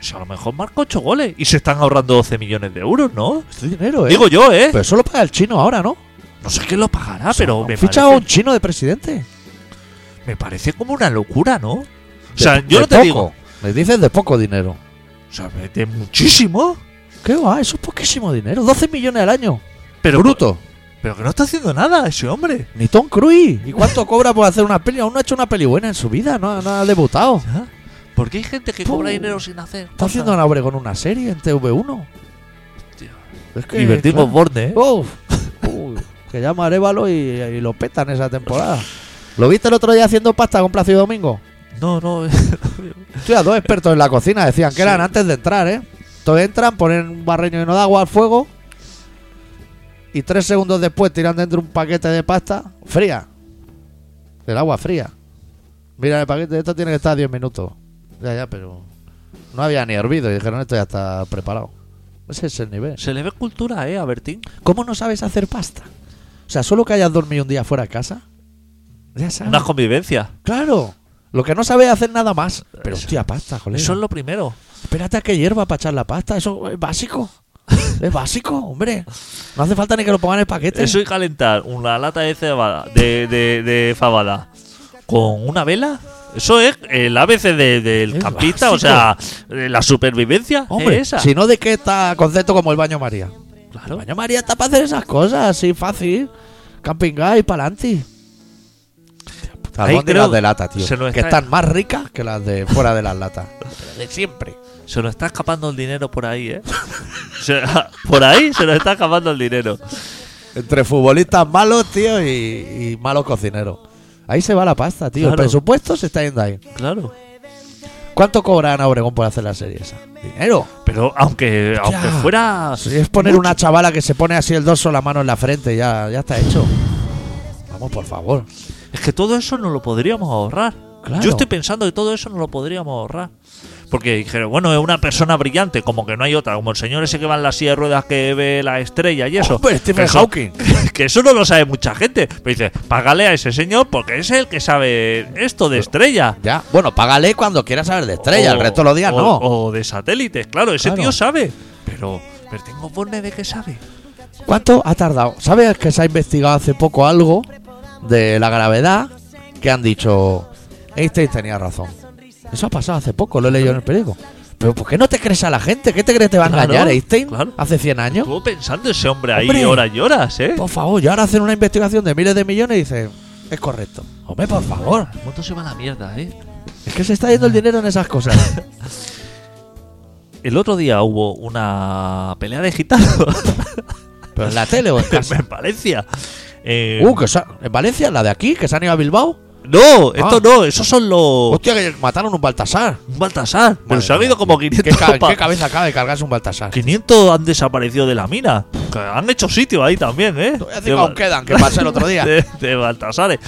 Eso a lo mejor marca 8 goles y se están ahorrando 12 millones de euros, ¿no?
Es dinero, ¿eh?
Digo yo, ¿eh?
Pero eso lo paga el chino ahora, ¿no?
No sé quién lo pagará,
O sea,
pero me
ficha pues, a
parece,
un chino de presidente.
me parece como una locura, ¿no? O
De-
sea, yo
de
no te
poco.
digo.
Me dices de poco dinero.
O sea, de muchísimo.
¿Qué va? Eso es poquísimo dinero. 12 millones al año.
Pero,
Bruto.
pero que no está haciendo nada ese hombre.
Ni Tom Cruise. ¿Y cuánto cobra por hacer una peli? Aún no ha hecho una peli buena en su vida. No, no ha debutado.
¿Ah? ¿Por qué hay gente que
Puh.
cobra dinero sin hacer?
Está
cosas?
haciendo una obra con una serie en TV1.
Hostia.
Es que.
Divertimos
claro.
Borne, ¿eh?
Uf. Uy, que llama a Arevalo y, y lo petan esa temporada. ¿Lo viste el otro día haciendo pasta con Plácido Domingo?
No, no.
Hostia, dos expertos en la cocina decían que
Sí.
eran antes de entrar, ¿eh? Entonces entran, ponen un barreño lleno de agua al fuego y tres segundos después tiran dentro un paquete de pasta fría. Del agua fría. Mira, el paquete esto tiene que estar 10 minutos. Ya, ya, pero no había ni hervido y dijeron esto ya está preparado. Ese es el nivel.
Se le ve cultura, ¿eh? A Bertín.
¿Cómo no sabes hacer pasta? O sea, solo que hayas dormido un día fuera de casa. Ya sabes.
Una convivencia.
Claro. Lo que no sabes hacer nada más. Pero
Eso-
hostia, pasta, colega.
Eso es lo primero.
Espérate a que hierva para echar la pasta. Eso es básico. es básico, hombre. No hace falta ni que lo pongan en el paquete.
Eso y calentar una lata de cebada, de, de, de fabada, con una vela. Eso es el ABC de- del
Es
campista, o
básico.
sea, eh, la supervivencia.
hombre,
es esa.
si no, ¿de qué está concepto como el baño María? El
Claro.
baño María está para hacer esas cosas, así fácil. Camping y pa'lante.
Ahí creo-
lata,
se nos
que
está-
están más ricas que las de fuera de las latas. de siempre.
Se nos está escapando el dinero por ahí, ¿eh? Se- ah, por ahí se nos está escapando el dinero.
Entre futbolistas malos, tío, y, y malos cocineros. Ahí se va la pasta, tío.
Claro.
El presupuesto se está yendo ahí.
Claro.
¿Cuánto cobra Ana Obregón por hacer la serie esa? Dinero.
Pero aunque, aunque fuera.
Si es poner una chavala que se pone así el dorso, la mano en la frente, ya, ya está hecho. Vamos, por favor.
Es que todo eso no lo podríamos ahorrar.
Claro.
Yo estoy pensando que todo eso no lo podríamos ahorrar. Porque dijeron, bueno, es una persona brillante, como que no hay otra, como el señor ese que va en la silla de ruedas que ve la estrella y eso.
Hombre, Stephen
Que eso-
Hawking.
Que eso no lo sabe mucha gente. Pero dice, págale a ese señor porque es el que sabe esto de estrella.
Ya. Bueno, págale cuando quieras saber de estrella, el
O-
resto de los días
o-
no.
O de satélites, claro, ese
Claro.
tío sabe. Pero, pero tengo borne de que sabe.
¿Cuánto ha tardado? ¿Sabes que se ha investigado hace poco algo de la gravedad que han dicho Einstein tenía razón? Eso ha pasado hace poco, lo he leído en el periódico. Pero ¿por qué no te crees a la gente? ¿Qué te crees te va a
Claro,
engañar Einstein
claro.
hace 100 años?
Estuvo pensando ese hombre ahí
Hombre.
horas y horas, ¿eh?
Por favor, y ahora hacen una investigación de miles de millones y dicen, es correcto. Hombre, por favor,
El mundo se va a la mierda, ¿eh?
es que se está yendo el dinero en esas cosas.
El otro día hubo una pelea de gitanos
Pero en la tele o en casa.
en Valencia. Eh,
Uh, que se ha- en Valencia, la de aquí, que se han ido a Bilbao.
no, esto
Ah.
no, esos son los.
Hostia, que mataron un Baltasar.
Un Baltasar. Pero
Madre
se han ido
mía,
como
tío.
500
¿Qué, ca-
pa-
qué cabeza acaba de cargarse un Baltasar?
500 han desaparecido de la mina. Que han hecho sitio ahí también, ¿eh?
Te voy a decir que aún quedan, que pasé el otro día.
De, de Baltasares.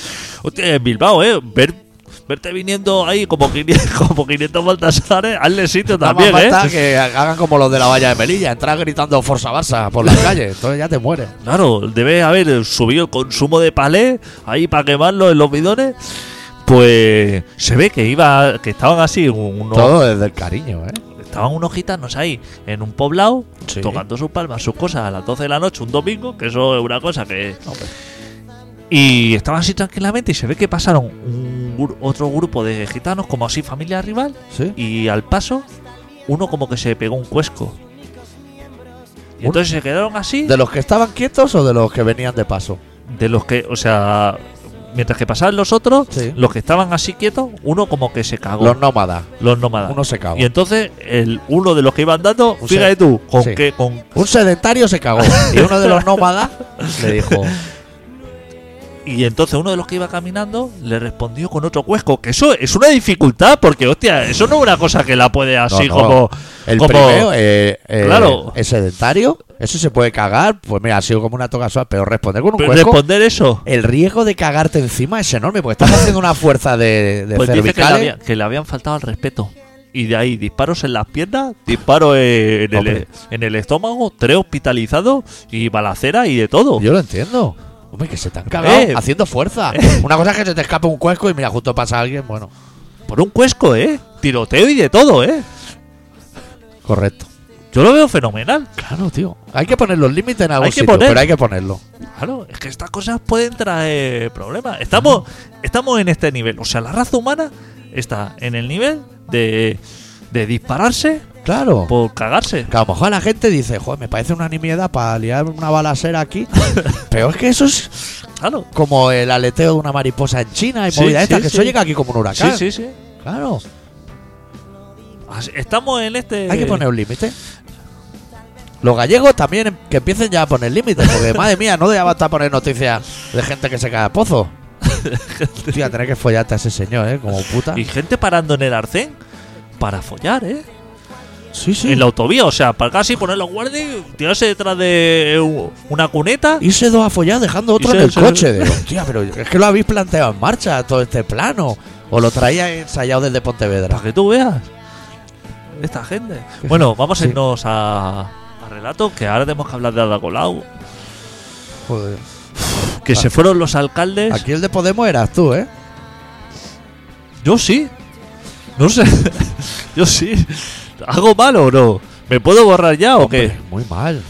Hostia, en Bilbao, ¿eh? Ver- verte viniendo ahí como 500, como 500 Baltasares, hazle sitio
Nada
también,
más
¿eh?
falta que hagan como los de la valla de Melilla, entrar gritando Forza Barça por las calles, entonces ya te mueres.
Claro, debe haber subido el consumo de palé ahí para quemarlo en los bidones. Pues se ve que iba, que estaban así, unos,
Todo desde el cariño, ¿eh?
estaban unos gitanos ahí en un poblado,
Sí.
tocando sus palmas, sus cosas a las 12 de la noche, un domingo, que eso es una cosa que
Hombre.
Y estaban así tranquilamente y se ve que pasaron un gru- otro grupo de gitanos, como así familia rival,
Sí.
y al paso uno como que se pegó un cuesco.
Uno-
Y entonces se quedaron así,
¿De los que estaban quietos o de los que venían de paso?
de los que, o sea, mientras que pasaban los otros,
Sí.
los que estaban así quietos, uno como que se cagó,
Los
los,
nómadas.
nómadas.
Uno se cagó.
Ah. Y entonces el uno de los que iba andando,
Un
fíjate
se-
tú, con
sí.
que con
Un sedentario se cagó. Y uno de los nómadas le dijo,
Y entonces uno de los que iba caminando le respondió con otro cuesco. Que eso es una dificultad, porque hostia, eso no es una cosa que la puede así
no.
como.
el
como-
primero, eh, eh,
Claro.
es sedentario, eso se puede cagar, pues mira, ha sido como una toga suave, pero responder con un
pero
cuesco...
responder eso.
el riesgo de cagarte encima es enorme, porque estás haciendo una fuerza de, de
Pues dice que le,
cervicales.
había- que le habían faltado al respeto. Y de ahí disparos en las piernas, disparos en el,
Hombre.
en el estómago, tres hospitalizados y balacera y de todo.
Yo lo entiendo. Hombre, que se te han cagado
Eh.
haciendo fuerza. Una cosa es que se te escape un cuesco y mira, justo pasa alguien, bueno,
Por un cuesco, ¿eh? Tiroteo y de todo, ¿eh?
correcto.
Yo lo veo fenomenal.
Claro, tío. Hay que poner los límites en algún
Hay que
sitio,
poner.
pero hay que ponerlo.
Claro, es que estas cosas pueden traer problemas. Estamos, estamos en este nivel. O sea, la raza humana está en el nivel de, de dispararse
Claro.
por cagarse.
Que a lo mejor la gente dice, joder, me parece una nimiedad para liar una balacera aquí. pero es que eso es
Claro.
como el aleteo de una mariposa en China y
Sí,
movida
sí,
esta, que
sí.
eso llega aquí como un
Sí,
huracán.
sí, sí.
Claro.
Así- Estamos en este.
Hay que poner un límite. Los gallegos también em- que empiecen ya a poner límites, porque madre mía, no ya basta poner noticias de gente que se cae al pozo. Hostia, tener que follarte a ese señor, ¿eh? Como puta.
Y gente parando en el arcén para follar, ¿eh?
Sí, sí.
En la autovía, o sea, para casi poner los guardias, y tirarse detrás de u- una cuneta.
Irse dos a follar dejando otro
Irse-
en el
irse-
coche. Digo, hostia, pero es que lo habéis planteado en marcha todo este plano. O lo traía ensayado desde
Para
Pontevedra.
que tú veas. Esta gente. Bueno, vamos a
Sí.
irnos a, a relato, que ahora tenemos que hablar de Adacolau.
Joder.
Que se fueron los alcaldes.
Ah. Aquí el de Podemos eras tú, ¿eh?
Yo sí. No sé. Yo sí. ¿Hago mal o no? ¿Me puedo borrar ya o qué?
Hombre, Muy mal.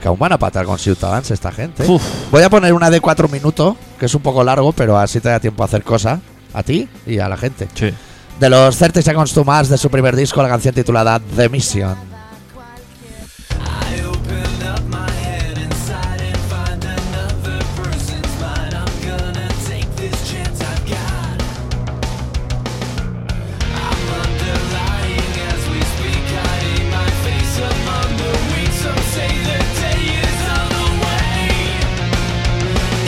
Que aún van a patar con Ciutadans esta gente.
Uf.
Voy a poner una de cuatro minutos, que es un poco largo, pero así te da tiempo a hacer cosas. A ti y a la gente.
Sí.
De los Certes Seconds to Mars de su primer disco, la canción titulada The Mission.
I open up my head inside and find another person's mind. I'm gonna take this chance I've got. I'm underlying as we speak, hiding my face among the weak. Some say the day is on the way.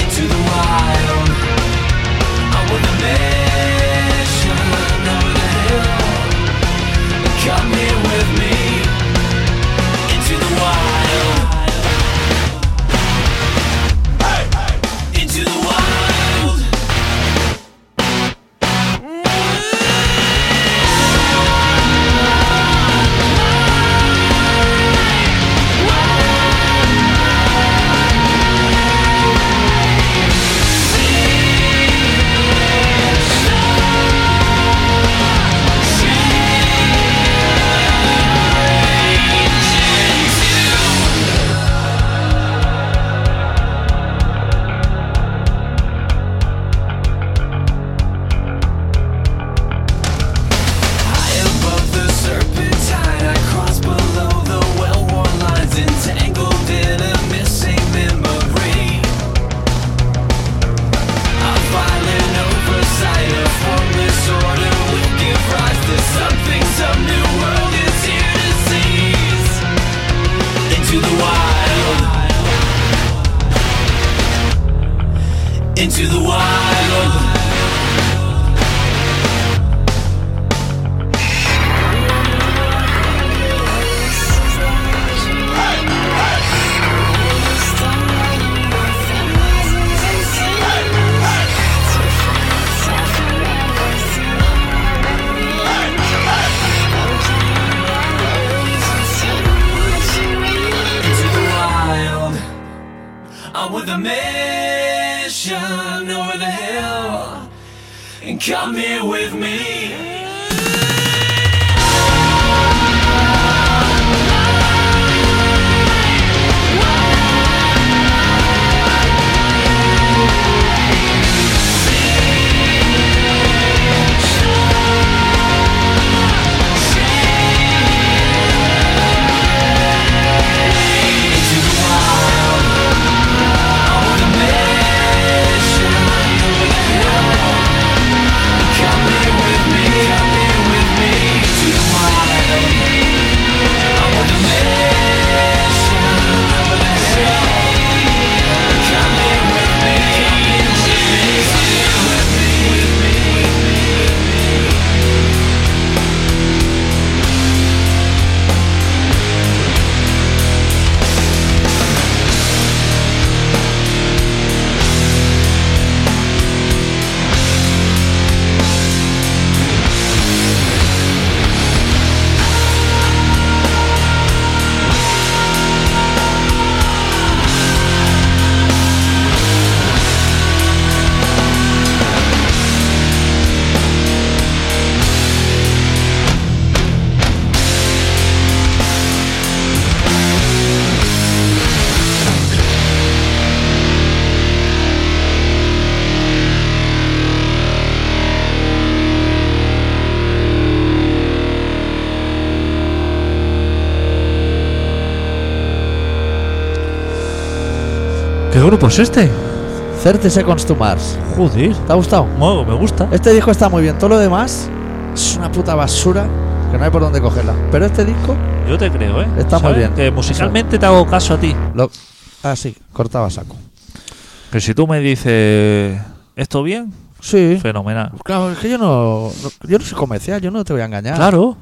Into the wild, I want the mission. Over the hill, come here with me. into the wild. into the wild. I'm with a mission over the hill, and come here with me. Into the wild. I'm with a mission over the hill, and come here with me. Come here with me. Into the wild. I'm with a mission over the hill, and come here with me. Come here with me. Come here with me. With me. With me.
¿Qué grupo es este?
30 Seconds to Mars.
Joder.
¿Te ha gustado?
Bueno, me gusta.
Este disco está muy bien. Todo lo demás es una puta basura que no hay por dónde cogerla. Pero este disco,
Yo te creo, ¿eh?
Está muy
¿Sabes?
bien.
Que musicalmente te hago caso a ti.
lo... ah, sí, cortaba saco.
Que si tú me dices esto bien,
Sí.
fenomenal.
Claro, es que yo no, no- yo no soy comercial, yo no te voy a engañar.
Claro.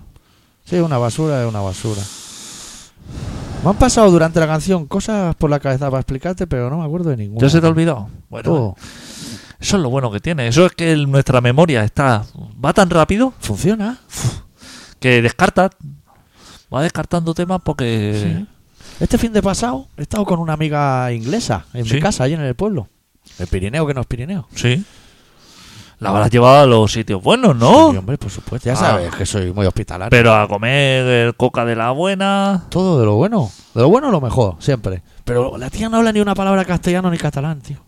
Sí, una basura es una basura. Me han pasado durante la canción cosas por la cabeza para explicarte, pero no me acuerdo de ninguna.
¿Ya se te ha olvidado? Bueno,
Todo.
eso es lo bueno que tiene. Eso es que el- nuestra memoria está va tan rápido
Funciona.
que descarta. Va descartando temas porque.
Este fin de pasado he estado con una amiga inglesa en
Sí.
mi casa, allí en el pueblo. El Pirineo, que no es Pirineo.
Sí. La habrás llevado a los sitios buenos, ¿no?
Sí, hombre, por supuesto. Ya
Ah.
sabes que soy muy hospitalario.
Pero a comer eh, coca de la buena.
Todo de lo bueno. De lo bueno lo mejor, siempre. Pero la tía no habla ni una palabra castellano ni catalán, tío.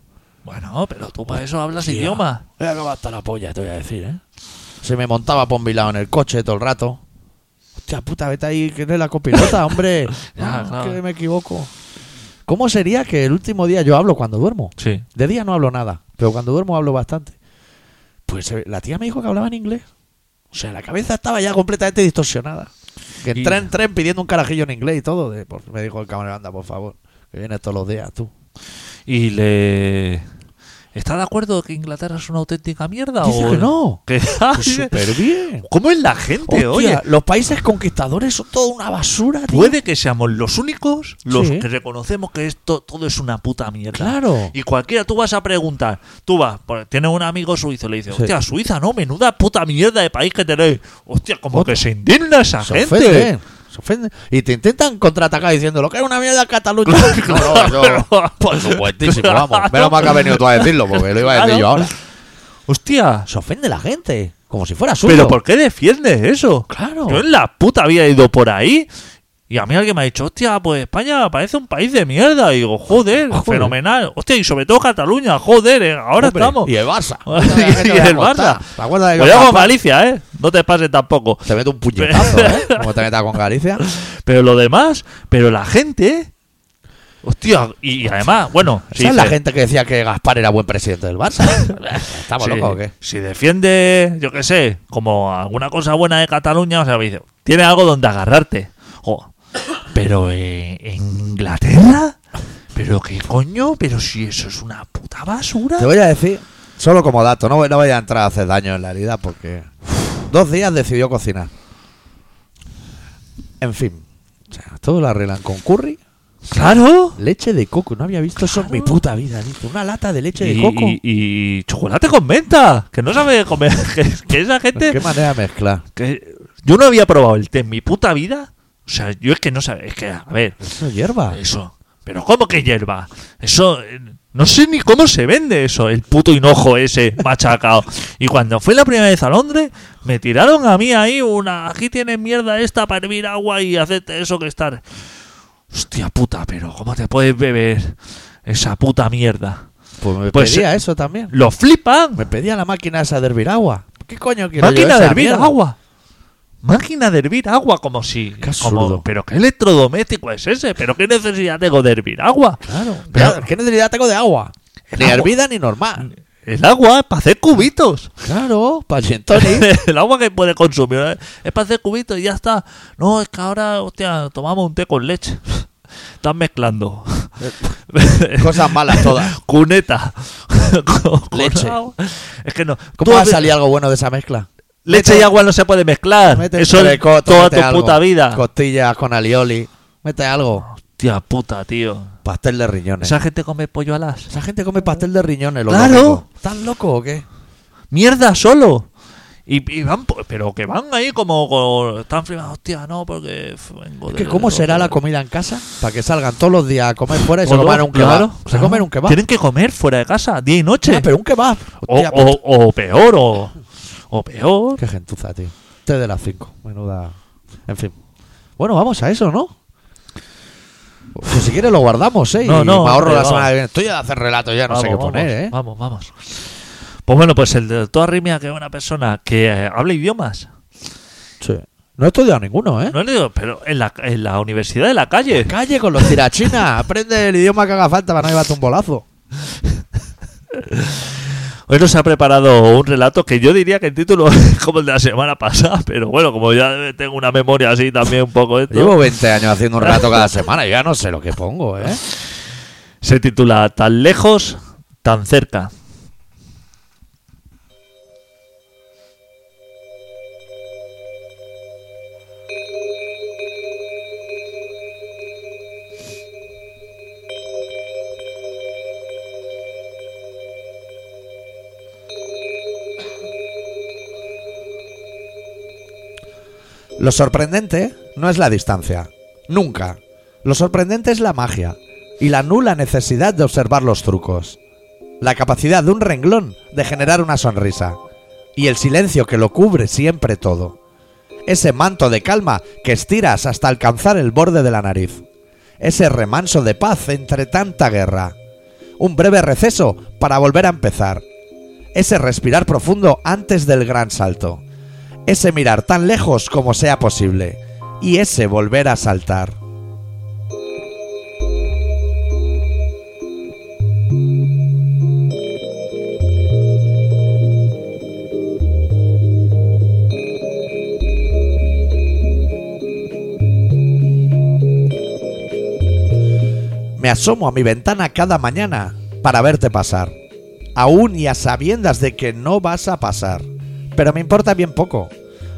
Bueno, pero tú para eso hablas
Hostia.
idioma.
Voy a acabar hasta la polla, te voy a decir, ¿eh? Se me montaba pombilado en el coche todo el rato. Hostia puta, vete ahí, que eres la copilota, hombre.
Ya,
Ah,
claro.
Que me equivoco. ¿Cómo sería que el último día yo hablo cuando duermo?
Sí.
De día no hablo nada, pero cuando duermo hablo bastante. Pues eh, la tía me dijo que hablaba en inglés. O sea, la cabeza estaba ya completamente distorsionada. Que entré
Y-
en tren pidiendo un carajillo en inglés y todo. de- por- me dijo el camarero, anda, por favor, que vienes todos los días tú.
Y le. ¿Está de acuerdo que Inglaterra es una auténtica mierda?
Dice
o
que no.
que-
Que súper bien.
¿Cómo es la gente,
Hostia,
oye?
los países conquistadores son toda una basura, tío.
Puede que seamos los únicos los
Sí.
que reconocemos que esto todo es una puta mierda.
Claro.
Y cualquiera, tú vas a preguntar, tú vas, por- tienes un amigo suizo, le dices,
Sí.
hostia, Suiza, no, menuda puta mierda de país que tenéis. Hostia, como
Otra.
que se indigna esa
se
gente.
ofenden, se ofenden. Y te intentan contraatacar diciendo lo que es una mierda Cataluña.
Claro, pero- claro.
Menos mal que ha venido tú a decirlo, porque lo iba a decir
Claro.
yo ahora.
Hostia,
Se ofende la gente, como si fuera suyo.
pero ¿por qué defiendes eso?
Claro.
Yo en la puta había ido por ahí y a mí alguien me ha dicho, hostia, pues España parece un país de mierda. Y digo, joder,
Ah, Joder.
fenomenal. Hostia, y sobre todo Cataluña, joder, eh, ahora
Hombre,
estamos.
Y el Barça.
Y- y el Barça.
¿Te acuerdas de que
Cuidado
el
con
Barça Pues
Galicia, ¿eh? No te pases tampoco.
Te mete un puñetazo, ¿eh? Como te metas con Galicia.
Pero lo demás, pero la gente... Hostia, y, y además, bueno... si
Esa es la
dices-
gente que decía que Gaspar era buen presidente del Barça. ¿Estamos
si-
locos o qué?
Si defiende, yo qué sé, como alguna cosa buena de Cataluña, o sea, me dice, tiene algo donde agarrarte. Jo, pero eh, en Inglaterra, pero qué coño, pero si eso es una puta puta basura.
Te voy a decir, solo como dato, no, voy- no voy a entrar a hacer daño en la herida porque dos días decidió cocinar. En fin, o sea, todo lo arreglan con curry,
Claro.
leche de coco. No había visto eso en
Claro.
mi puta vida, tío. Una lata de leche de
Y,
coco.
y- y chocolate con menta. Que no sabe comer. Que, que esa gente.
Pues Qué manera de mezclar.
que- yo no había probado el té en mi puta vida. O sea, yo es que no sabía. Es que, a ver,
Eso es hierba.
eso. Pero ¿cómo que hierba? Eso. eh, No sé ni cómo se vende eso, el puto hinojo ese machacado. Y cuando fui la primera vez a Londres, me tiraron a mí ahí una. Aquí tienes mierda esta para hervir agua y hacerte eso que estar. Hostia puta, pero ¿cómo te puedes beber esa puta mierda?
Pues me
Pues,
pedía eso también.
Lo flipan.
Me pedía la máquina esa de hervir agua. ¿Qué coño quiero yo
Máquina
esa
de hervir
mierda?
agua. Máquina de hervir agua, como si.
Qué
como-
absurdo.
pero qué electrodoméstico es ese, pero qué necesidad tengo de hervir agua.
Claro.
Pero-
Ya, ¿Qué necesidad tengo de agua?
El
Ni
agua.
hervida ni normal.
El agua es para hacer cubitos.
Claro, para gin tonic.
el agua que puede consumir ¿eh? es para hacer cubitos y ya está. No, es que ahora, hostia, tomamos un té con leche. Están mezclando.
Cosas malas todas.
Cuneta. Con- con
Leche.
agua. Es que no.
¿Cómo
Tú
va a
haces-
salir algo bueno de esa mezcla?
Leche y agua no se puede mezclar.
Mete
Eso es
entrecot,
toda
mete
tu
algo.
puta vida.
Costillas con alioli. Mete algo.
Hostia puta, tío.
Pastel de riñones.
Esa gente come pollo alas.
Esa gente come pastel de riñones. los
Claro.
domingos. ¿Estás loco o qué?
mierda solo. Y, y van, po- pero que van ahí como, como están flipados, hostia, no, porque f- vengo
Es
de-
que ¿cómo
de-
será la comida en casa? Para que salgan todos los días a comer fuera y se coman un kebab.
Claro,
Se
claro.
comen un kebab.
Tienen que comer fuera de casa, día y noche.
Ah, pero un kebab.
o,
Hostia, pues-
o- o peor, o, o peor.
Qué gentuza, tío. Té de las 5. Menuda. En fin. Bueno, vamos a eso, ¿no? Que si quieres lo guardamos, ¿eh?
No,
Y
no,
me ahorro la
hombre, vamos.
semana que viene. Estoy a hacer relato ya, no sé qué poner, ¿eh?
Vamos, vamos. Pues bueno, pues el de toda rimia que es una persona que eh, habla idiomas.
Sí. ¿eh? No he estudiado ninguno, ¿eh?
No le digo, pero en la, en la universidad de la calle.
Calle con los tirachinas. Aprende el idioma que haga falta para no llevarte un bolazo.
Hoy nos ha preparado un relato que yo diría que el título es como el de la semana pasada, pero bueno, como ya tengo una memoria así también un poco esto,
Llevo 20 años haciendo un relato cada semana. Yo ya no sé lo que pongo, ¿eh?
se titula Tan lejos, tan cerca.
Lo sorprendente no es la distancia. Nunca. Lo sorprendente es la magia y la nula necesidad de observar los trucos. La capacidad de un renglón de generar una sonrisa. Y el silencio que lo cubre siempre todo. Ese manto de calma que estiras hasta alcanzar el borde de la nariz. Ese remanso de paz entre tanta guerra. Un breve receso para volver a empezar. Ese respirar profundo antes del gran salto ese mirar tan lejos como sea posible y ese volver a saltar. Me asomo a mi ventana cada mañana para verte pasar, aún y a sabiendas de que no vas a pasar, pero me importa bien poco.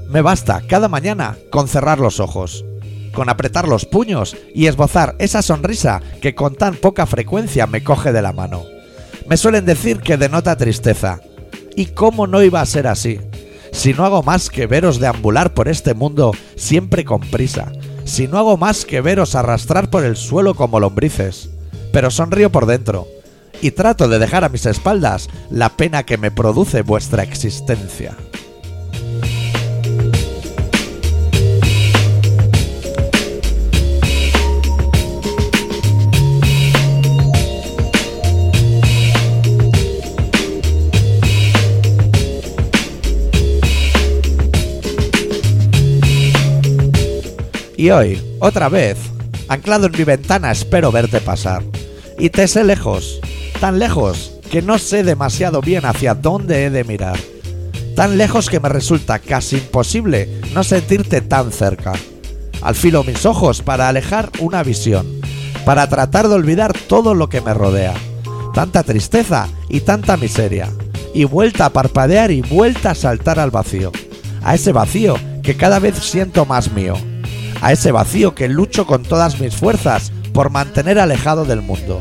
Me basta cada mañana con cerrar los ojos, con apretar los puños y esbozar esa sonrisa que con tan poca frecuencia me coge de la mano. Me suelen decir que denota tristeza. ¿Y cómo no iba a ser así? Si no hago más que veros deambular por este mundo siempre con prisa. Si no hago más que veros arrastrar por el suelo como lombrices. Pero sonrío por dentro. Y trato de dejar a mis espaldas la pena que me produce vuestra existencia. Y hoy, otra vez, anclado en mi ventana, espero verte pasar. Y te sé lejos, tan lejos que no sé demasiado bien hacia dónde he de mirar. Tan lejos que me resulta casi imposible no sentirte tan cerca. Alfilo mis ojos para alejar una visión, para tratar de olvidar todo lo que me rodea. tanta tristeza y tanta miseria, y vuelta a parpadear y vuelta a saltar al vacío, a ese vacío que cada vez siento más mío, a ese vacío que lucho con todas mis fuerzas por mantener alejado del mundo,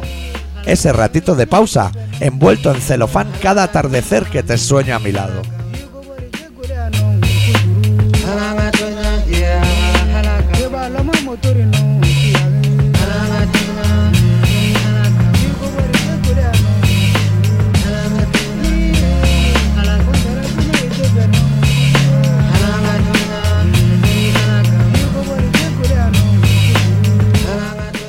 ese ratito de pausa envuelto en celofán cada atardecer que te sueño a mi lado.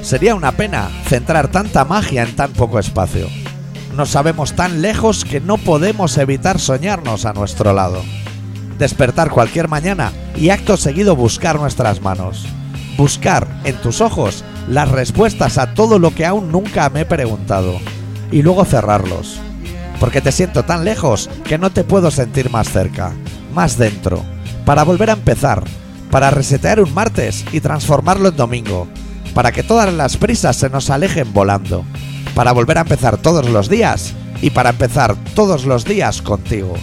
Sería una pena centrar tanta magia en tan poco espacio. Nos sabemos tan lejos que no podemos evitar soñarnos a nuestro lado. Despertar cualquier mañana y acto seguido buscar nuestras manos. Buscar en tus ojos las respuestas a todo lo que aún nunca me he preguntado. Y luego cerrarlos. Porque te siento tan lejos que no te puedo sentir más cerca, más dentro. Para volver a empezar. Para resetear un martes y transformarlo en domingo para que todas las prisas se nos alejen volando, para volver a empezar todos los días y para empezar todos los días contigo.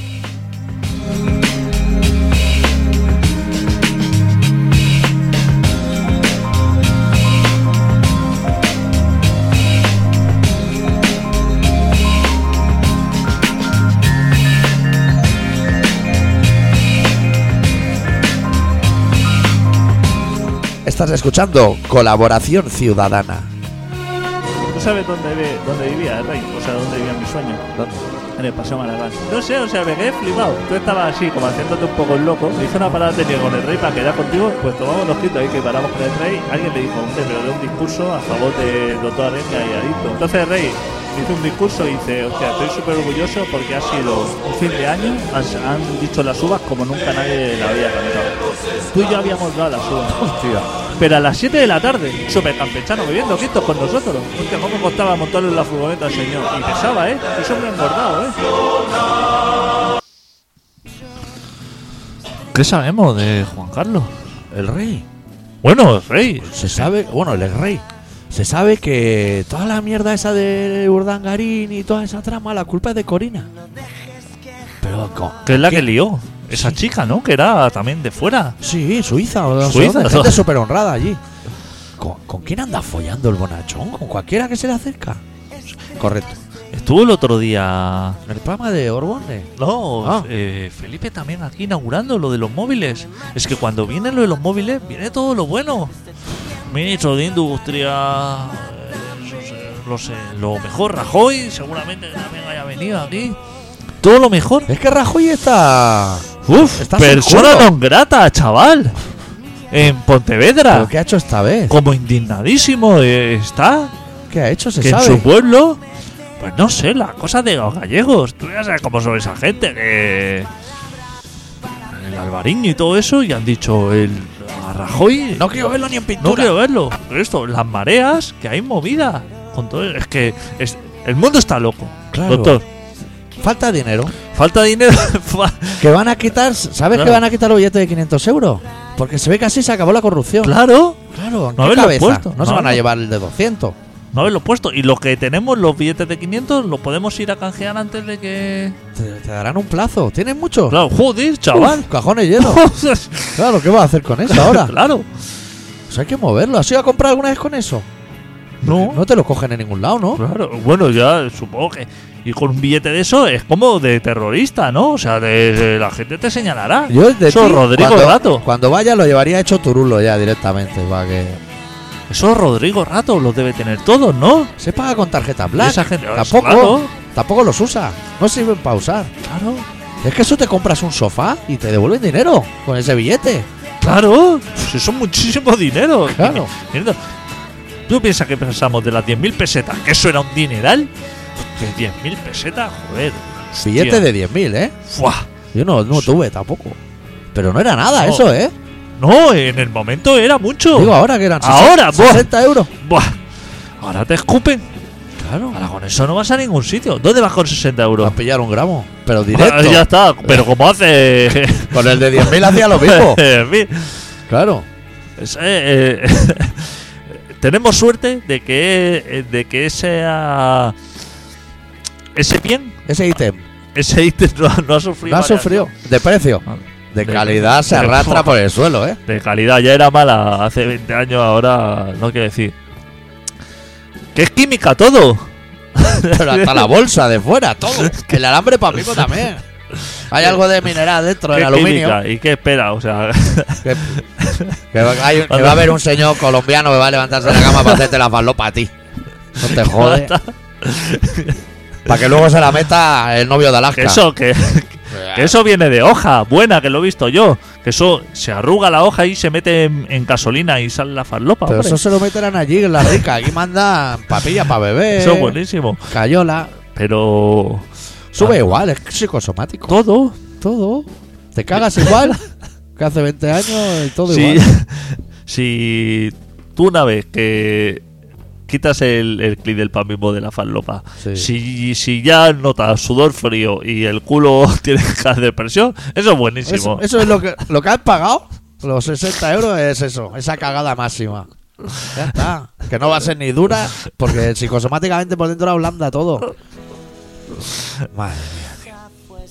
Estás escuchando Colaboración Ciudadana.
¿Tú sabes dónde, ve- dónde vivía el rey? O sea, dónde vivía mi sueño. En el Paseo Maragall. No sé, o sea, me quedé flipado. Tú estabas así, como haciéndote un poco el loco. Me hizo una parada técnica con el rey para quedar contigo. Pues tomamos los quitos ahí que paramos con el rey. Alguien le dijo, hombre, pero de un discurso a favor de doctor Arenga y Adicto. Entonces el rey hizo un discurso y dice, hostia, estoy súper orgulloso porque ha sido un fin de año. Has- Han, dicho las uvas como nunca nadie la había cantado. Tú y yo habíamos dado las uvas. Pero a las 7 de la tarde, súper campechano, bebiendo quintos con nosotros. Hostia, cómo costaba montarlo en la furgoneta al señor. Y pesaba, ¿eh? Es hombre engordado, ¿eh?
¿Qué sabemos de Juan Carlos?
El rey.
Bueno, el rey.
Se sabe, bueno, el rey. Se sabe que toda la mierda esa de Urdangarín y toda esa trama, la culpa es de Corina. Pero, co-
Que es la que lió. Esa chica, ¿no? Que era también de fuera.
sí, Suiza o no sé
Suiza,
dónde,
¿no?
gente súper honrada allí. ¿Con, con quién anda follando el bonachón? ¿Con cualquiera que se le acerca? Correcto.
Estuvo el otro día.
En el programa de Orbone.
No,
Ah.
eh, Felipe también aquí inaugurando lo de los móviles. Es que cuando viene lo de los móviles, viene todo lo bueno. Ministro de Industria. eh, eso sé, No sé, lo mejor, Rajoy, seguramente que también haya venido aquí. Todo lo mejor.
Es que Rajoy está.
Eh, Uf,
Estás
persona
seguro.
non grata, chaval. En Pontevedra.
¿Pero qué ha hecho esta vez?
Como indignadísimo eh, está.
¿Qué ha hecho? Se
que en
sabe.
su pueblo. Pues no sé, la cosa de los gallegos. Tú ya sabes cómo son esa gente que. El albariño y todo eso, y han dicho el. A Rajoy.
No quiero verlo ni en
No
pintura.
quiero verlo. Pero esto, las mareas, que hay movida. Con todo, es que. es- el mundo está loco.
Claro.
Doctor,
Falta dinero.
falta dinero. fa-
Que van a quitar. ¿Sabes
Claro.
que van a quitar los billetes de 500 euros? Porque se ve que así se acabó la corrupción.
claro.
Claro, ¿en qué
No haberlo
cabeza?
puesto,
No, se
no
van a
haberlo-
llevar el de 200.
No haberlo puesto. Y lo que tenemos, los billetes de 500, lo podemos ir a canjear antes de que.
Te, te darán un plazo. ¿Tienes mucho?
Claro, joder,
Oh.
chaval.
Uf, Cajones llenos. claro, ¿qué vas a hacer con eso ahora?
claro.
Pues hay que moverlo. ¿Has ido a comprar alguna vez con eso?
No.
No te lo cogen en ningún lado, ¿no?
Claro, bueno, ya supongo que. Y con un billete de eso es como de terrorista, ¿no? O sea, de, de- la gente te señalará.
Yo de
eso
ti,
Rodrigo
cuando,
Rato.
Cuando vaya lo llevaría hecho turulo ya directamente. Para que...
Eso Rodrigo Rato los debe tener todos, ¿no?
Se paga con tarjeta Black.
Esa gente-
Tampoco.
claro.
Tampoco los usa. No sirven para usar.
Claro,
Es que eso te compras un sofá y te devuelven dinero con ese billete.
claro. Si son muchísimo dinero.
Claro.
Mierda. ¿Tú piensas que pensamos de las 10.000 pesetas? ¿Que eso era un dineral? ¿De 10.000 pesetas? Joder. hostia.
Billete de 10.000, ¿eh?
Fuah.
Yo no, no tuve tampoco. Pero no era nada
No.
eso, ¿eh?
No, en el momento era mucho.
Digo ahora que eran
Ahora,
60,
buah.
60 euros.
Buah. Ahora te escupen. Claro. Ahora con eso no vas a ningún sitio. ¿Dónde vas con 60 euros?
A pillar un gramo. Pero Ah, pues directo.
ya está. Pero como hace.
Con el de 10.000 hacía lo mismo.
En fin,
Claro.
es, eh, eh, tenemos suerte de que, eh, de que sea Ese bien,
Ese ítem
ese ítem no, ha- no ha
no
sufrido.
ha
variación.
sufrido. De precio.
Vale.
De
De-
calidad se
de-
arrastra por el suelo, ¿eh?
De calidad, ya era mala hace 20 años, ahora no quiero decir. ¡Que es química todo!
Pero hasta la bolsa de fuera, todo. El alambre para mí también. Hay algo de mineral dentro
¿Qué
del
es
aluminio.
química? ¿Y qué espera? O sea,
Que, que va, hay- que va a haber un señor colombiano que va a levantarse de la cama para hacerte la falopa a ti. No te jode. Para que luego se la meta el novio de Alaska.
que eso, que, que eso viene de hoja, buena, que lo he visto yo. Que eso se arruga la hoja y se mete en, en gasolina y sale la farlopa.
Pero
hombre.
eso se lo meterán allí en la rica. Aquí mandan papilla para beber.
Eso es buenísimo.
Cayola.
Pero
Sube
Ah.
igual, es psicosomático.
todo,
Todo. Te cagas igual que hace 20 años y todo
si,
igual.
si tú una vez que quitas el, el clic del pan mismo de la farlopa,
Sí.
si, si ya notas sudor frío y el culo tiene gas de presión, eso es
Eso,
buenísimo.
eso es lo que, lo que has pagado. Los 60 euros es eso, esa cagada máxima. Ya está. Que no va a ser ni dura, porque psicosomáticamente por dentro ablanda todo. Madre mía.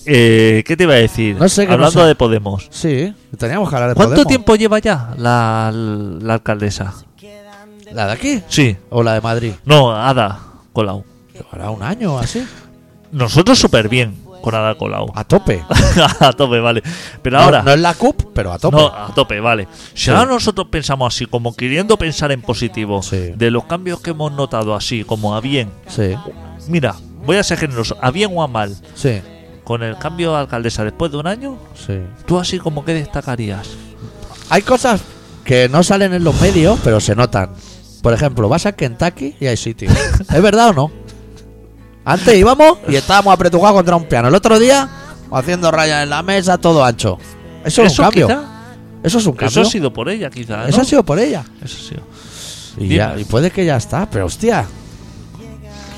Eh, ¿Qué te iba a decir?
No sé, que no
Hablando
sé.
de Podemos.
Sí, teníamos que hablar de
¿Cuánto
Podemos.
tiempo lleva ya la, la alcaldesa?
¿La de aquí?
Sí.
¿O la de Madrid?
No, Ada Colau.
Ahora un año o así.
Nosotros súper bien con Ada Colau.
A tope.
a tope, vale. Pero
Ah. No-
ahora...
No, es la CUP, pero a tope.
No, a tope, vale. Si ahora nosotros pensamos así, como queriendo pensar en positivo,
Sí.
de los cambios que hemos notado así, como a bien,
Sí,
mira, voy a ser generoso, a bien o a mal,
sí,
con el cambio de alcaldesa después de un año,
sí.
tú así como que destacarías.
Hay cosas que no salen en los medios, pero se notan. Por ejemplo, vas a Kentucky y hay sitio. ¿Es verdad o no? Antes íbamos y estábamos apretujados contra un piano. El otro día, haciendo rayas en la mesa, todo ancho. Eso, es un cambio.
quizá-
Eso es un cambio.
eso ha sido por ella, quizá. ¿no?
Eso ha sido por ella.
Eso ha sido.
Y,
Dime.
ya, y puede que ya está, pero hostia.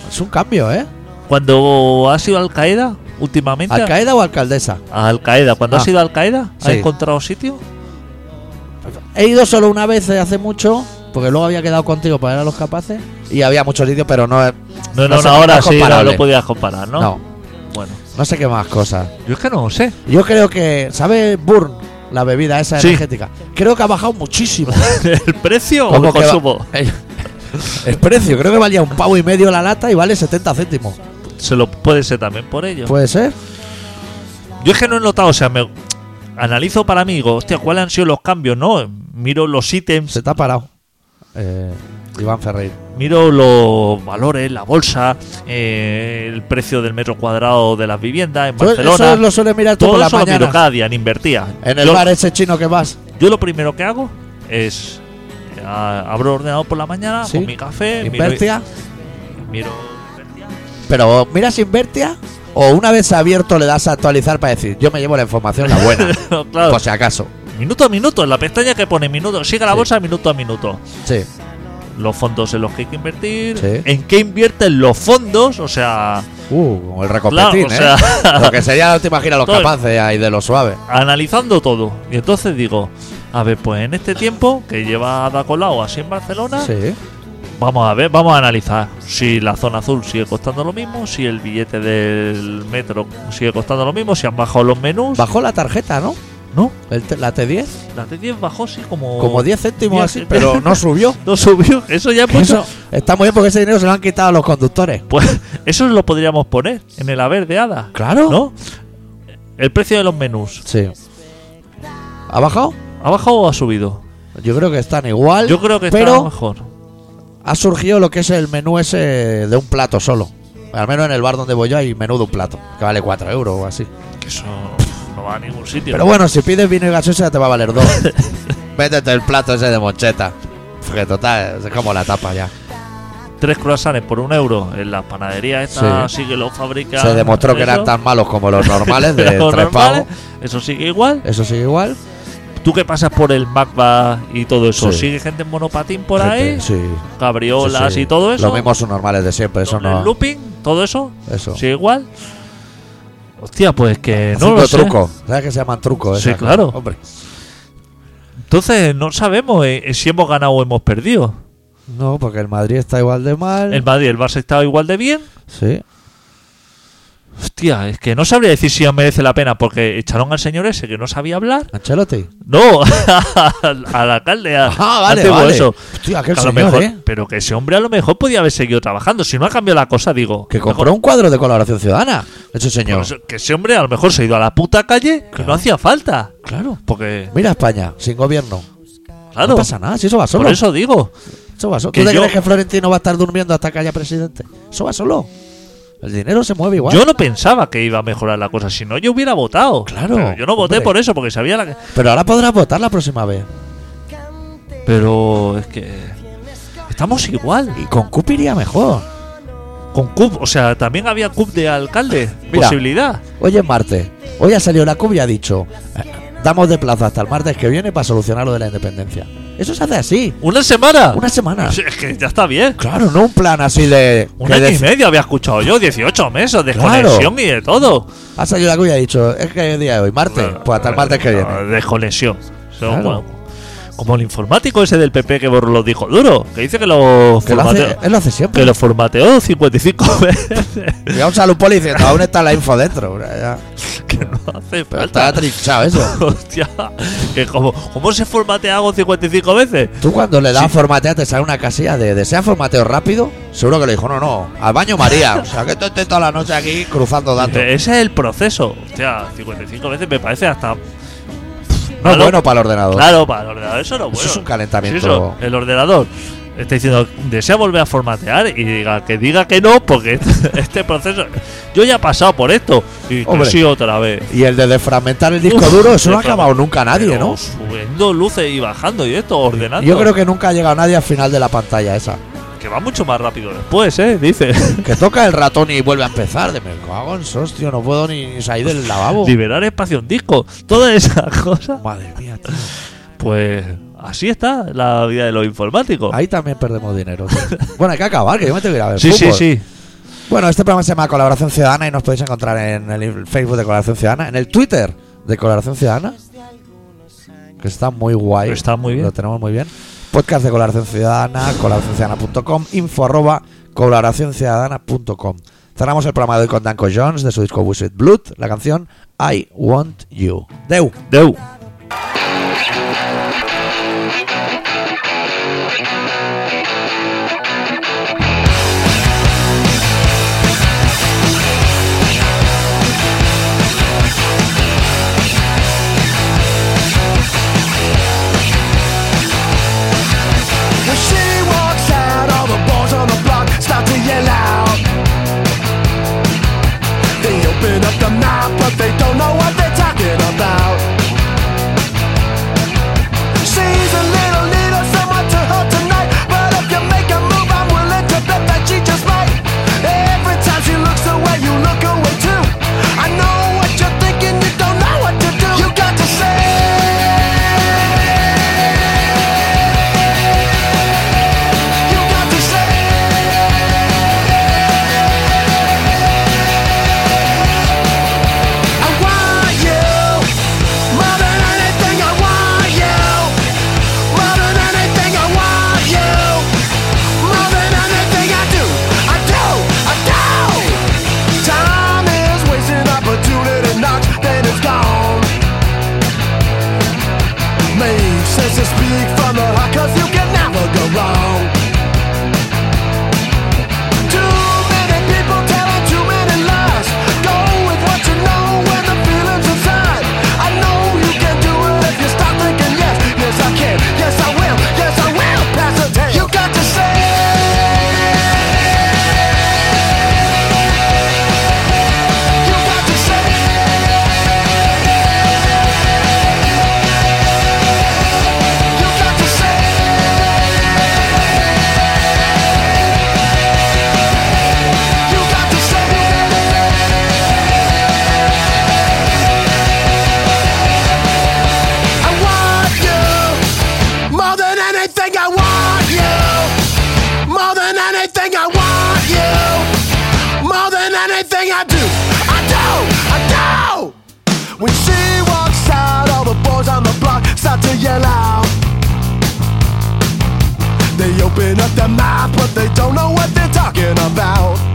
Es un cambio, ¿eh?
Cuando ha sido Al Qaeda, últimamente.
¿Alcaeda o alcaldesa?
a Al Qaeda, cuando
Ah.
ha sido Al Qaeda,
Sí.
ha encontrado sitio.
He ido solo una vez eh, hace mucho, porque luego había quedado contigo para ir a los capaces. Y había muchos sitios, pero no, eh,
No era
No sé,
una
no
hora,
es
Pues sí, no
comparable.
lo podías comparar, ¿no?
no,
Bueno,
no sé qué más cosas.
yo es que no lo sé.
Yo creo que, ¿sabe Burn? La bebida esa
Sí.
energética. Creo que ha bajado muchísimo.
¿El precio o
Como
el
que va-
consumo?
el, el precio, creo que valía un pavo y medio la lata y vale 70 céntimos.
Se lo puede ser también por ello.
¿Puede ser?
Yo es que no he notado, o sea, me analizo para mí, digo, hostia, ¿cuáles han sido los cambios? No, miro los ítems,
Se te ha parado. Eh, Iván Ferreira.
miro los valores, la bolsa, eh, el precio del metro cuadrado de las viviendas en Barcelona.
Eso lo suele mirar tú
todo
por la
eso lo miro
mañana.
cada día, en invertía.
En el
yo,
bar ese chino que vas.
yo lo primero que hago es eh, a- abro ordenador por la mañana
Sí.
con mi café, miro-
Invertia.
miro Invertia.
Pero miras Invertia o una vez abierto le das a actualizar para decir, yo me llevo la información la buena.
Claro,
Por si acaso.
minuto a minuto, en la pestaña que pone minuto, sigue la
Pues, eh. Sí.
bolsa minuto a minuto.
Sí.
los fondos en los que hay que invertir,
Sí.
en qué invierten los fondos, o sea,
Uh, como el recopetín,
Claro, o sea-
¿eh? Lo que sería la última gira de los
Todo el-
capaces ahí de los suaves.
analizando todo. Y entonces digo, a ver, pues en este tiempo que lleva Ada Colau así en Barcelona,
Sí.
vamos a ver, vamos a analizar si la zona azul sigue costando lo mismo, si el billete del metro sigue costando lo mismo, si han bajado los menús.
Bajó la tarjeta, ¿no?
no,
El te- la T10.
la T10 bajó sí como...
Como 10 céntimos
10
así, pero no subió.
No subió, eso ya es mucho.
Eso está muy bien porque ese dinero se lo han quitado a los conductores.
Pues eso lo podríamos poner en el haber de Ada.
Claro.
¿No? El precio de los menús.
Sí. ¿Ha bajado?
¿Ha bajado o ha subido?
Yo creo que están igual.
Yo creo que está
pero
mejor.
ha surgido lo que es el menú ese de un plato solo. Al menos en el bar donde voy yo hay menú de un plato, que vale 4 euros o así.
Que eso no va a ningún sitio.
Pero bueno, si pides vino y gaseosa te va a valer dos. Métete el plato ese de moncheta. Que total, es como la tapa ya.
Tres croissants por un euro en las panaderías estas sí, que lo fabrican.
Se demostró que eran
eso.
tan malos como los normales de
Eran los
tres
normales.
pavos.
Eso sigue igual.
Eso sigue igual.
Tú que pasas por el MacBa y todo eso,
Sí.
sigue gente en monopatín por
Gente,
ahí,
Sí.
cabriolas
sí, sí.
y todo eso.
Los mismos subnormales de siempre, eso
doble
no.
looping, todo eso,
Eso.
sigue igual. Hostia, pues que no
Haciendo
lo sé.
truco. ¿Sabes que se llaman truco?
Sí,
esas cosas?
claro.
Hombre.
Entonces no sabemos eh, si hemos ganado o hemos perdido.
No, porque el Madrid está igual de mal.
El Madrid, el Barça está igual de bien.
Sí.
Hostia, es que no sabría decir si merece la pena porque echaron al señor ese que no sabía hablar.
Ancelotti.
No, al, al alcalde. a-
Ah, vale,
antiguo
vale.
eso.
Hostia, aquel
Que a lo
señor,
mejor-
¿eh?
Pero que ese hombre a lo mejor podía haber seguido trabajando. Si no ha cambiado la cosa, digo.
Que
mejor-
compró un cuadro de colaboración ciudadana. Ese señor.
pues, que ese hombre a lo mejor se ha ido a la puta calle que no hacía falta. Claro. Porque.
Mira España, sin gobierno.
Claro.
No pasa nada, si eso va solo.
por eso digo.
Eso va solo.
que
¿Tú te
yo-
crees que Florentino va a estar durmiendo hasta que haya presidente? Eso va solo. El dinero se mueve igual.
Yo no pensaba que iba a mejorar la cosa. Si no, yo hubiera votado.
Claro,
Pero yo no voté
hombre.
por eso porque sabía la.
Pero ahora podrás votar la próxima vez.
Pero es que. Estamos igual.
Y con CUP iría mejor.
Con CUP, o sea, también había CUP de alcalde.
Mira.
Posibilidad.
Hoy es martes. Hoy ha salido la CUP y ha dicho: eh, Damos de plazo hasta el martes que viene para solucionar lo de la independencia. Eso se hace así.
¿Una semana?
Una semana.
Es que ya está bien.
Claro, no un plan así de.
Un
que
año y
dec-
medio había escuchado yo, 18 meses de desconexión y de todo.
Ha salido la CUP y ha dicho: Es que es día de hoy, martes. Pues hasta el martes que
Ah,
viene.
Desconexión. Son
Claro.
como- Como el informático ese del PP que lo dijo duro, que dice que lo,
Que lo hace,
formateó,
él lo hace
que
siempre.
lo formateó 55 veces.
Y a un salud poli diciendo: Aún está la info dentro. Ya.
que no hace
Pero está
falta.
trinchado eso.
Hostia, que como, ¿cómo se formatea algo 55 veces?
Tú cuando le das a formatear te sale una casilla de desea formateo rápido. Seguro que le dijo, no, no, al baño María. O sea, que tú estés toda la noche aquí cruzando datos.
Eh, Ese es el proceso. Hostia, 55 veces me parece hasta.
No es
Malo.
bueno para el ordenador.
Claro, para el ordenador eso no es
Eso
bueno.
es un calentamiento.
Sí, eso, el ordenador está diciendo, desea volver a formatear y diga que diga que no, porque este, este proceso. Yo ya he pasado por esto y que
Hombre.
sí otra vez.
Y el de desfragmentar el disco
Uf,
duro, eso no ha
desfragmentar.
acabado nunca nadie,
Pero
¿no?
Subiendo luces y bajando y esto, ordenando.
Yo creo que nunca ha llegado nadie al final de la pantalla esa.
que va mucho más rápido después, ¿eh? Dice.
Que toca el ratón y vuelve a empezar. De me cago en sos, tío, no puedo ni, ni salir del lavabo.
Liberar espacio en disco, todas esas cosas.
Madre mía, tío.
Pues así está la vida de los informáticos.
Ahí también perdemos dinero. tío. Bueno, hay que acabar, que yo me tengo que ir a ver.
sí, sí,
fútbol.
sí.
Bueno, este programa se llama Colaboración Ciudadana y nos podéis encontrar en el Facebook de Colaboración Ciudadana, en el Twitter de Colaboración Ciudadana, que está muy guay.
Está muy bien.
Lo tenemos muy bien. Podcast de Colaboración Ciudadana, colaboracionciudadana.com, info arroba colaboracionciudadana.com. Cerramos el programa de hoy con Danko Jones de su disco Wizard Blood, la canción I Want You. Deu.
Deu.
When she walks out, all the boys on the block start to yell out. They open up the mouth, but they don't know what they're talking about. She's a little, little someone to her tonight. But if you make a move, I'm willing to bet that she just might. Every time she looks away, you look away too. I know what you're thinking, you don't know what to do. You got to say. You got to say I want you more than anything. I want you more than anything. I want you more than anything. I do, I do, I do. Time is wasting opportunity, not then it's gone. Makes sense to speak from the heart, 'cause you can never go wrong. Too many people telling too many lies. Go with what you know and the feelings inside. I know you can do it if you stop thinking yes. Yes I can. Yes I will. Yes I will. Pass the test. You got to say. You got to say. You got to say. You got to say I want you more than anything. I want you more than anything. I want you more than anything. I do. I do. I do. When she walks out, all the boys on the block start to yell out. They open up their mouth, but they don't know what they're talking about.